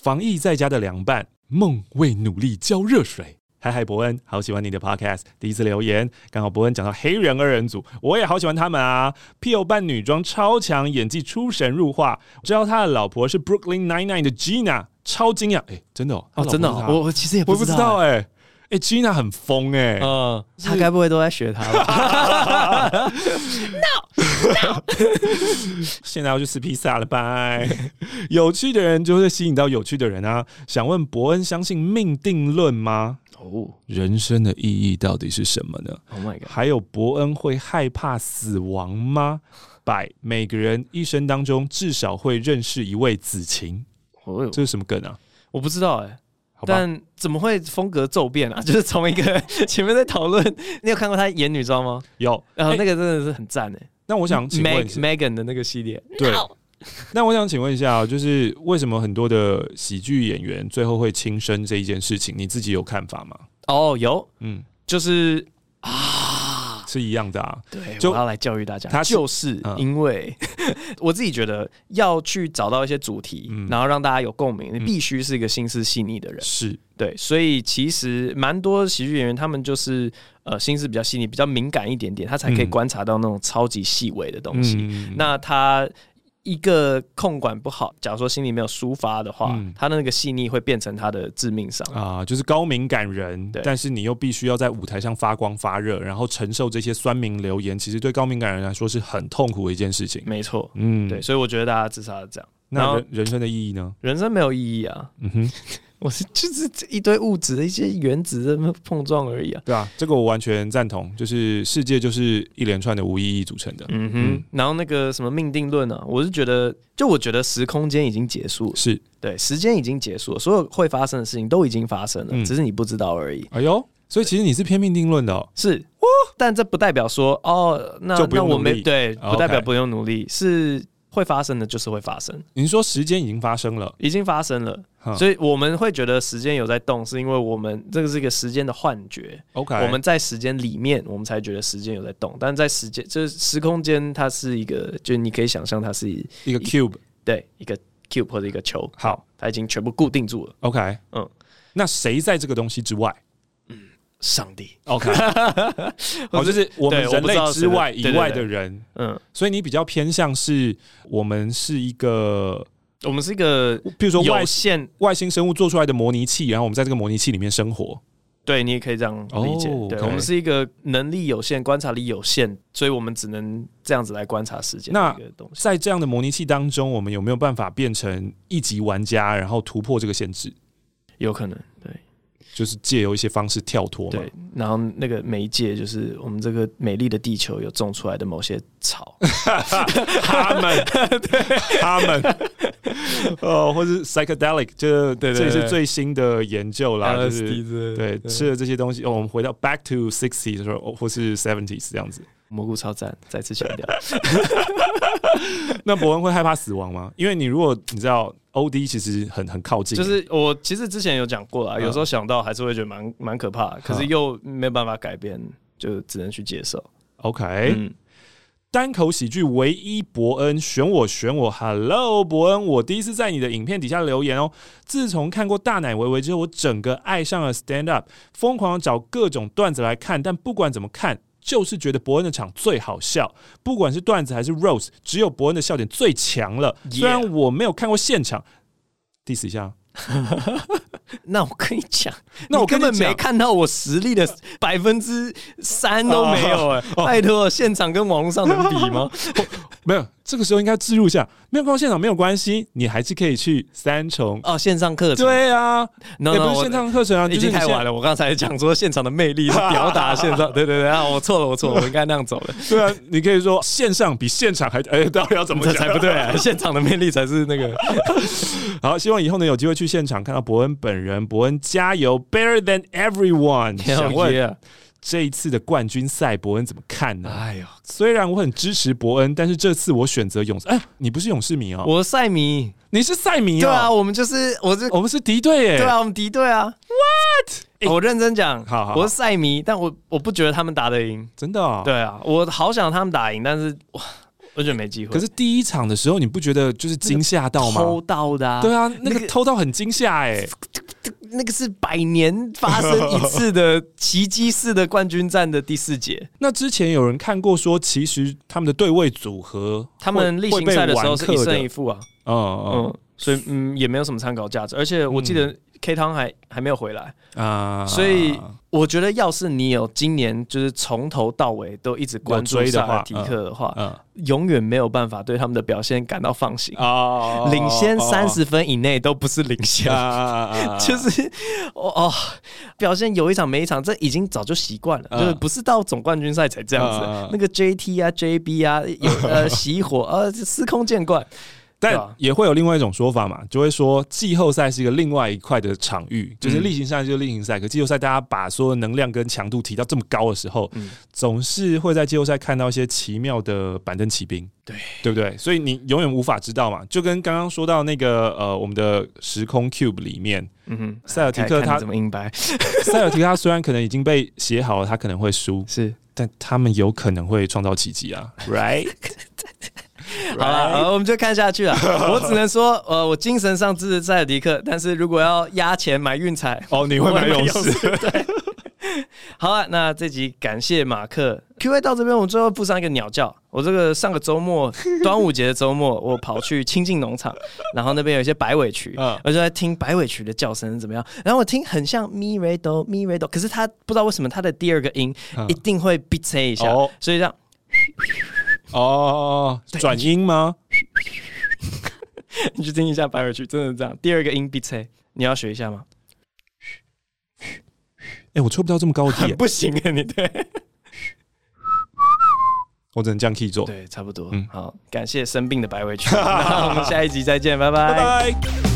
Speaker 2: 防疫在家的凉拌，梦为努力浇热水。嗨嗨，伯恩，好喜欢你的 podcast，第一次留言，刚好伯恩讲到黑人二人组，我也好喜欢他们啊。P.O. 扮女装超强，演技出神入化。知道他的老婆是 Brooklyn Nine Nine 的 Gina，超惊讶，哎、真的哦，他
Speaker 1: 哦，
Speaker 2: 老婆
Speaker 1: 真的
Speaker 2: 是
Speaker 1: 哦、
Speaker 2: 他
Speaker 1: 我我其实也
Speaker 2: 我不知道
Speaker 1: 哎、
Speaker 2: 哎、哎、Gina 很疯哎、
Speaker 1: 嗯，他该不会都在学他吧？
Speaker 2: 现在要去吃披萨了，拜！ [LAUGHS] 有趣的人就会吸引到有趣的人啊。想问伯恩，相信命定论吗？
Speaker 1: [LAUGHS] 哦
Speaker 2: 人生的意义到底是什么呢？
Speaker 1: ，Oh my god！
Speaker 2: 还有伯恩会害怕死亡吗？百每个人一生当中至少会认识一位子晴，
Speaker 1: 我
Speaker 2: 这是什么梗啊？
Speaker 1: 我不知道哎、
Speaker 2: 好吧，
Speaker 1: 但怎么会风格骤变啊？ [LAUGHS] 就是从一
Speaker 2: [LAUGHS]
Speaker 1: 个前面在讨论，你有看过她演女装吗？
Speaker 2: 有。
Speaker 1: 然后
Speaker 2: 哎
Speaker 1: 那个真的是很赞哎、
Speaker 2: 那我想请问
Speaker 1: Meg
Speaker 2: 一下，
Speaker 1: Megan 的那个系列，
Speaker 2: 对。那我想请问一下啊，就是为什么很多的喜剧演员最后会轻生这一件事情，你自己有看法吗？
Speaker 1: 哦，有，
Speaker 2: 嗯，
Speaker 1: 就是啊，
Speaker 2: 是一样的啊。
Speaker 1: 对，
Speaker 2: 就
Speaker 1: 我要来教育大家，
Speaker 2: 他是
Speaker 1: 就是
Speaker 2: 嗯
Speaker 1: 因为 [LAUGHS] 我自己觉得要去找到一些主题，
Speaker 2: 嗯
Speaker 1: 然后让大家有共鸣，你
Speaker 2: 嗯
Speaker 1: 必须是一个心思细腻的人。
Speaker 2: 是，
Speaker 1: 对，所以其实蛮多喜剧演员，他们就是呃心思比较细腻、比较敏感一点点，他才可以
Speaker 2: 嗯
Speaker 1: 观察到那种超级细微的东西。
Speaker 2: 嗯
Speaker 1: 那他一个控管不好，假如说心里没有抒发的话，
Speaker 2: 嗯
Speaker 1: 他那个细腻会变成他的致命伤。
Speaker 2: 啊、就是高敏感人
Speaker 1: 对，
Speaker 2: 但是你又必须要在舞台上发光发热，然后承受这些酸民留言，其实对高敏感人来说是很痛苦的一件事情。
Speaker 1: 没错，
Speaker 2: 嗯，
Speaker 1: 对，。所以我觉得大家自杀是这样，然
Speaker 2: 那
Speaker 1: 后
Speaker 2: 人人生的意义呢？
Speaker 1: 人生没有意义啊。
Speaker 2: 嗯哼，
Speaker 1: [LAUGHS] 我是就是这一堆物质的一些原子在那碰撞而已啊。
Speaker 2: 对啊，这个我完全赞同，就是世界就是一连串的无意义组成的。
Speaker 1: 嗯哼，
Speaker 2: 嗯
Speaker 1: 然后那个什么命定论啊，我是觉得，就我觉得时空间已经结束了，
Speaker 2: 是，
Speaker 1: 对，时间已经结束了，所有会发生的事情都已经发生了，
Speaker 2: 嗯
Speaker 1: 只是你不知道而已。
Speaker 2: 哎呦，所以其实你是偏命定论的、哦。
Speaker 1: 是，但这不代表说哦，那
Speaker 2: 就不
Speaker 1: 那
Speaker 2: 用
Speaker 1: 我
Speaker 2: 努
Speaker 1: 没
Speaker 2: 力
Speaker 1: 对，
Speaker 2: 哦
Speaker 1: 不代表
Speaker 2: OK
Speaker 1: 不用努力，是会发生的，就是会发生，
Speaker 2: 你是说时间已经发生了，
Speaker 1: 已经发生了，
Speaker 2: 哼
Speaker 1: 所以我们会觉得时间有在动，是因为我们这个是一个时间的幻觉，
Speaker 2: ，OK，
Speaker 1: 我们在时间里面，我们才觉得时间有在动，但在时间就是时空间，它是一个，就你可以想象它是一
Speaker 2: 一个 cube，
Speaker 1: 对一个 cube 或者一个球，
Speaker 2: 好
Speaker 1: 它已经全部固定住了，
Speaker 2: ，OK，
Speaker 1: 嗯
Speaker 2: 嗯，那谁在这个东西之外？
Speaker 1: 上帝， [LAUGHS]
Speaker 2: OK，哦，就是我们
Speaker 1: 对我
Speaker 2: 人
Speaker 1: 不知道
Speaker 2: 类
Speaker 1: 是
Speaker 2: 之外
Speaker 1: 对
Speaker 2: 以
Speaker 1: 对对
Speaker 2: 外的人，
Speaker 1: 嗯，
Speaker 2: 所以你比较偏向是我们是一个，
Speaker 1: 我们是一个
Speaker 2: 比如说外
Speaker 1: 有限
Speaker 2: 外星生物做出来的模拟器，然后我们在这个模拟器里面生活。
Speaker 1: 对你也可以这样理解。
Speaker 2: 哦
Speaker 1: 对
Speaker 2: OK
Speaker 1: 我们是一个能力有限、观察力有限，所以我们只能这样子来观察世界
Speaker 2: 那
Speaker 1: 的一个东西。
Speaker 2: 在这样的模拟器当中，我们有没有办法变成一级玩家，然后突破这个限制？
Speaker 1: 有可能，对
Speaker 2: 就是借由一些方式跳脱嘛。
Speaker 1: 对。然后那个媒介就是我们这个美丽的地球有种出来的某些
Speaker 2: [LAUGHS]
Speaker 1: 草，
Speaker 2: [LAUGHS]
Speaker 1: [LAUGHS]
Speaker 2: 他们，他们， [LAUGHS] 呃，或是 psychedelic，就是
Speaker 1: 对对
Speaker 2: 这也
Speaker 1: 对
Speaker 2: 是最新的研究啦，就是
Speaker 1: 之
Speaker 2: 对，吃了这些东西，哦，我们回到 back to sixties 的时候，哦或是 seventies 这样子。
Speaker 1: 蘑菇超赞，再次强调，
Speaker 2: [LAUGHS] 那伯恩会害怕死亡吗？因为你如果你知道 OD 其实很很靠近，
Speaker 1: 就是我其实之前有讲过啦，
Speaker 2: 嗯
Speaker 1: 有时候想到还是会觉得蛮蛮可怕的，可是
Speaker 2: 嗯
Speaker 1: 又没有办法改变，就只能去接受。
Speaker 2: OK、
Speaker 1: 嗯，
Speaker 2: 单口喜剧唯一伯恩选我选我，Hello 伯恩，我第一次在你的影片底下留言哦。自从看过大奶维维之后，我整个爱上了 stand up，疯狂地找各种段子来看，但不管怎么看。就是觉得伯恩的场最好笑，不管是段子还是 Rose，只有伯恩的笑点最强了。
Speaker 1: Yeah
Speaker 2: 虽然我没有看过现场，diss 一下，
Speaker 1: 那我跟你讲，
Speaker 2: 那我
Speaker 1: 你根
Speaker 2: 跟
Speaker 1: 本
Speaker 2: 你
Speaker 1: 没
Speaker 2: 讲
Speaker 1: 看到我实力的百分之三都没有
Speaker 2: [LAUGHS]
Speaker 1: 哎、 [LAUGHS] 拜托，现场跟网络上能比吗？
Speaker 2: 没有，这个时候应该置入一下，没有看过现场没有关系，你还是可以去三重。
Speaker 1: [LAUGHS] 哦，线上课程，
Speaker 2: 对啊，
Speaker 1: no,
Speaker 2: 也
Speaker 1: no,
Speaker 2: 不是
Speaker 1: 我
Speaker 2: 线上课程啊，
Speaker 1: 已
Speaker 2: 就是
Speaker 1: 经
Speaker 2: 你
Speaker 1: 太
Speaker 2: 现
Speaker 1: 晚了。我刚才讲说现场的魅力是表达现 [LAUGHS] 场，对对对啊，我错了，我错了，我应该那样走 [LAUGHS] 的，
Speaker 2: 对啊，你可以说线上比现场还哎，到底要怎么
Speaker 1: 这才
Speaker 2: 讲？[LAUGHS]
Speaker 1: 不对、啊，现场的魅力才是那 [LAUGHS] 个。
Speaker 2: 好，希望以后呢有机会去现场看到伯恩本人，伯恩加油，better than everyone。想问
Speaker 1: yeah
Speaker 2: 这一次的冠军赛，伯恩怎么看呢？
Speaker 1: 啊哎呦，
Speaker 2: 虽然我很支持伯恩，但是这次我选择勇士。哎，你不是勇士迷哦，
Speaker 1: 我赛迷，
Speaker 2: 你是赛迷哦。
Speaker 1: 对啊，，我们就是我是
Speaker 2: 我们是敌对耶。
Speaker 1: 对啊，我们敌对啊。哎
Speaker 2: 欸
Speaker 1: What？我认真讲，
Speaker 2: 好好好
Speaker 1: 我是赛迷，但我我不觉得他们打得赢。
Speaker 2: 真的、哦。。
Speaker 1: 对啊，我好想他们打赢，但是哇，我觉得没机会。
Speaker 2: 可是第一场的时候，你不觉得就是惊吓到
Speaker 1: 偷
Speaker 2: 吗？
Speaker 1: 到的、啊，
Speaker 2: 对啊，
Speaker 1: 那
Speaker 2: 那个
Speaker 1: 个
Speaker 2: 偷到很惊吓哎。
Speaker 1: 那个是百年发生一次的奇迹式的冠军战的第四节。
Speaker 2: 那之前有人看过说，其实他们的对位组合会，
Speaker 1: 他们例行赛
Speaker 2: 会被
Speaker 1: 的时候
Speaker 2: 玩
Speaker 1: 是
Speaker 2: 克
Speaker 1: 一
Speaker 2: 的
Speaker 1: 胜一负啊，
Speaker 2: 嗯
Speaker 1: 嗯，所以嗯也没有什么参考价值。而且我记得 K 汤还还没有回来，
Speaker 2: 嗯啊，
Speaker 1: 所以我觉得要是你有今年就是从头到尾都一直关注
Speaker 2: 有追的
Speaker 1: 萨
Speaker 2: 话
Speaker 1: 尔提克的话，
Speaker 2: 嗯
Speaker 1: 永远没有办法对他们的表现感到放心。
Speaker 2: 哦
Speaker 1: 领先三十分以内都不是领先，
Speaker 2: 啊
Speaker 1: 就是哦哦，表现有一场没一场，这已经早就习惯了，
Speaker 2: 嗯
Speaker 1: 就是不是到总冠军赛才这样子。
Speaker 2: 嗯嗯嗯
Speaker 1: 那个 JT 啊、JB 啊，有呃熄火呃司空见惯。对
Speaker 2: 但
Speaker 1: 啊
Speaker 2: 也会有另外一种说法嘛，就会说季后赛是一个另外一块的场
Speaker 1: 嗯
Speaker 2: 域，就是例行赛就是例行赛，可季后赛大家把所有能量跟强度提到这么高的时候，
Speaker 1: 嗯
Speaker 2: 总是会在季后赛看到一些奇妙的板凳骑兵，
Speaker 1: 对
Speaker 2: 对不对？所以你永远无法知道嘛，就跟刚刚说到那个呃，我们的时空 Cube 里面，
Speaker 1: 嗯哼，
Speaker 2: 塞尔提克
Speaker 1: 看
Speaker 2: 他
Speaker 1: 看你怎么硬掰？
Speaker 2: 塞尔提克他虽然可能已经被写好了，他可能会
Speaker 1: [LAUGHS]
Speaker 2: 输，
Speaker 1: 是
Speaker 2: 但他们有可能会创造奇迹
Speaker 1: [LAUGHS]
Speaker 2: 啊，right？
Speaker 1: 好了、呃我们就看下去了。我只能说，呃，我精神上支持塞尔迪克，但是如果要压钱买运彩，
Speaker 2: 哦，你会
Speaker 1: 我
Speaker 2: 买
Speaker 1: 也
Speaker 2: 勇
Speaker 1: 勇
Speaker 2: 士？
Speaker 1: 士。对， [LAUGHS] 好啊，那这集感谢马克 [LAUGHS] Q&A 到这边，我最后附上一个鸟叫。我这个上个周末端午节的周末，我跑去清境农场，然后那边有一些白尾曲，
Speaker 2: 嗯
Speaker 1: 我就在听白尾曲的叫声是怎么样。然后我听很像咪瑞哆咪瑞哆，可是它不知道为什么它的第二个音
Speaker 2: 嗯
Speaker 1: 一定会 b 切一下，
Speaker 2: [LAUGHS] 哦
Speaker 1: 所以这样 [LAUGHS]
Speaker 2: 哦，转音吗？
Speaker 1: 你去听一下白尾曲，真的是这样，第二个音 b 切，你要学一下吗？
Speaker 2: 哎、我吹不到这么高的 key，
Speaker 1: 不行啊，你对。
Speaker 2: 我只能这样 key 做。
Speaker 1: 对，差不多。
Speaker 2: 嗯
Speaker 1: [LAUGHS] 好，感谢生病的白尾曲，那我们下一集再见，拜拜
Speaker 2: 拜拜。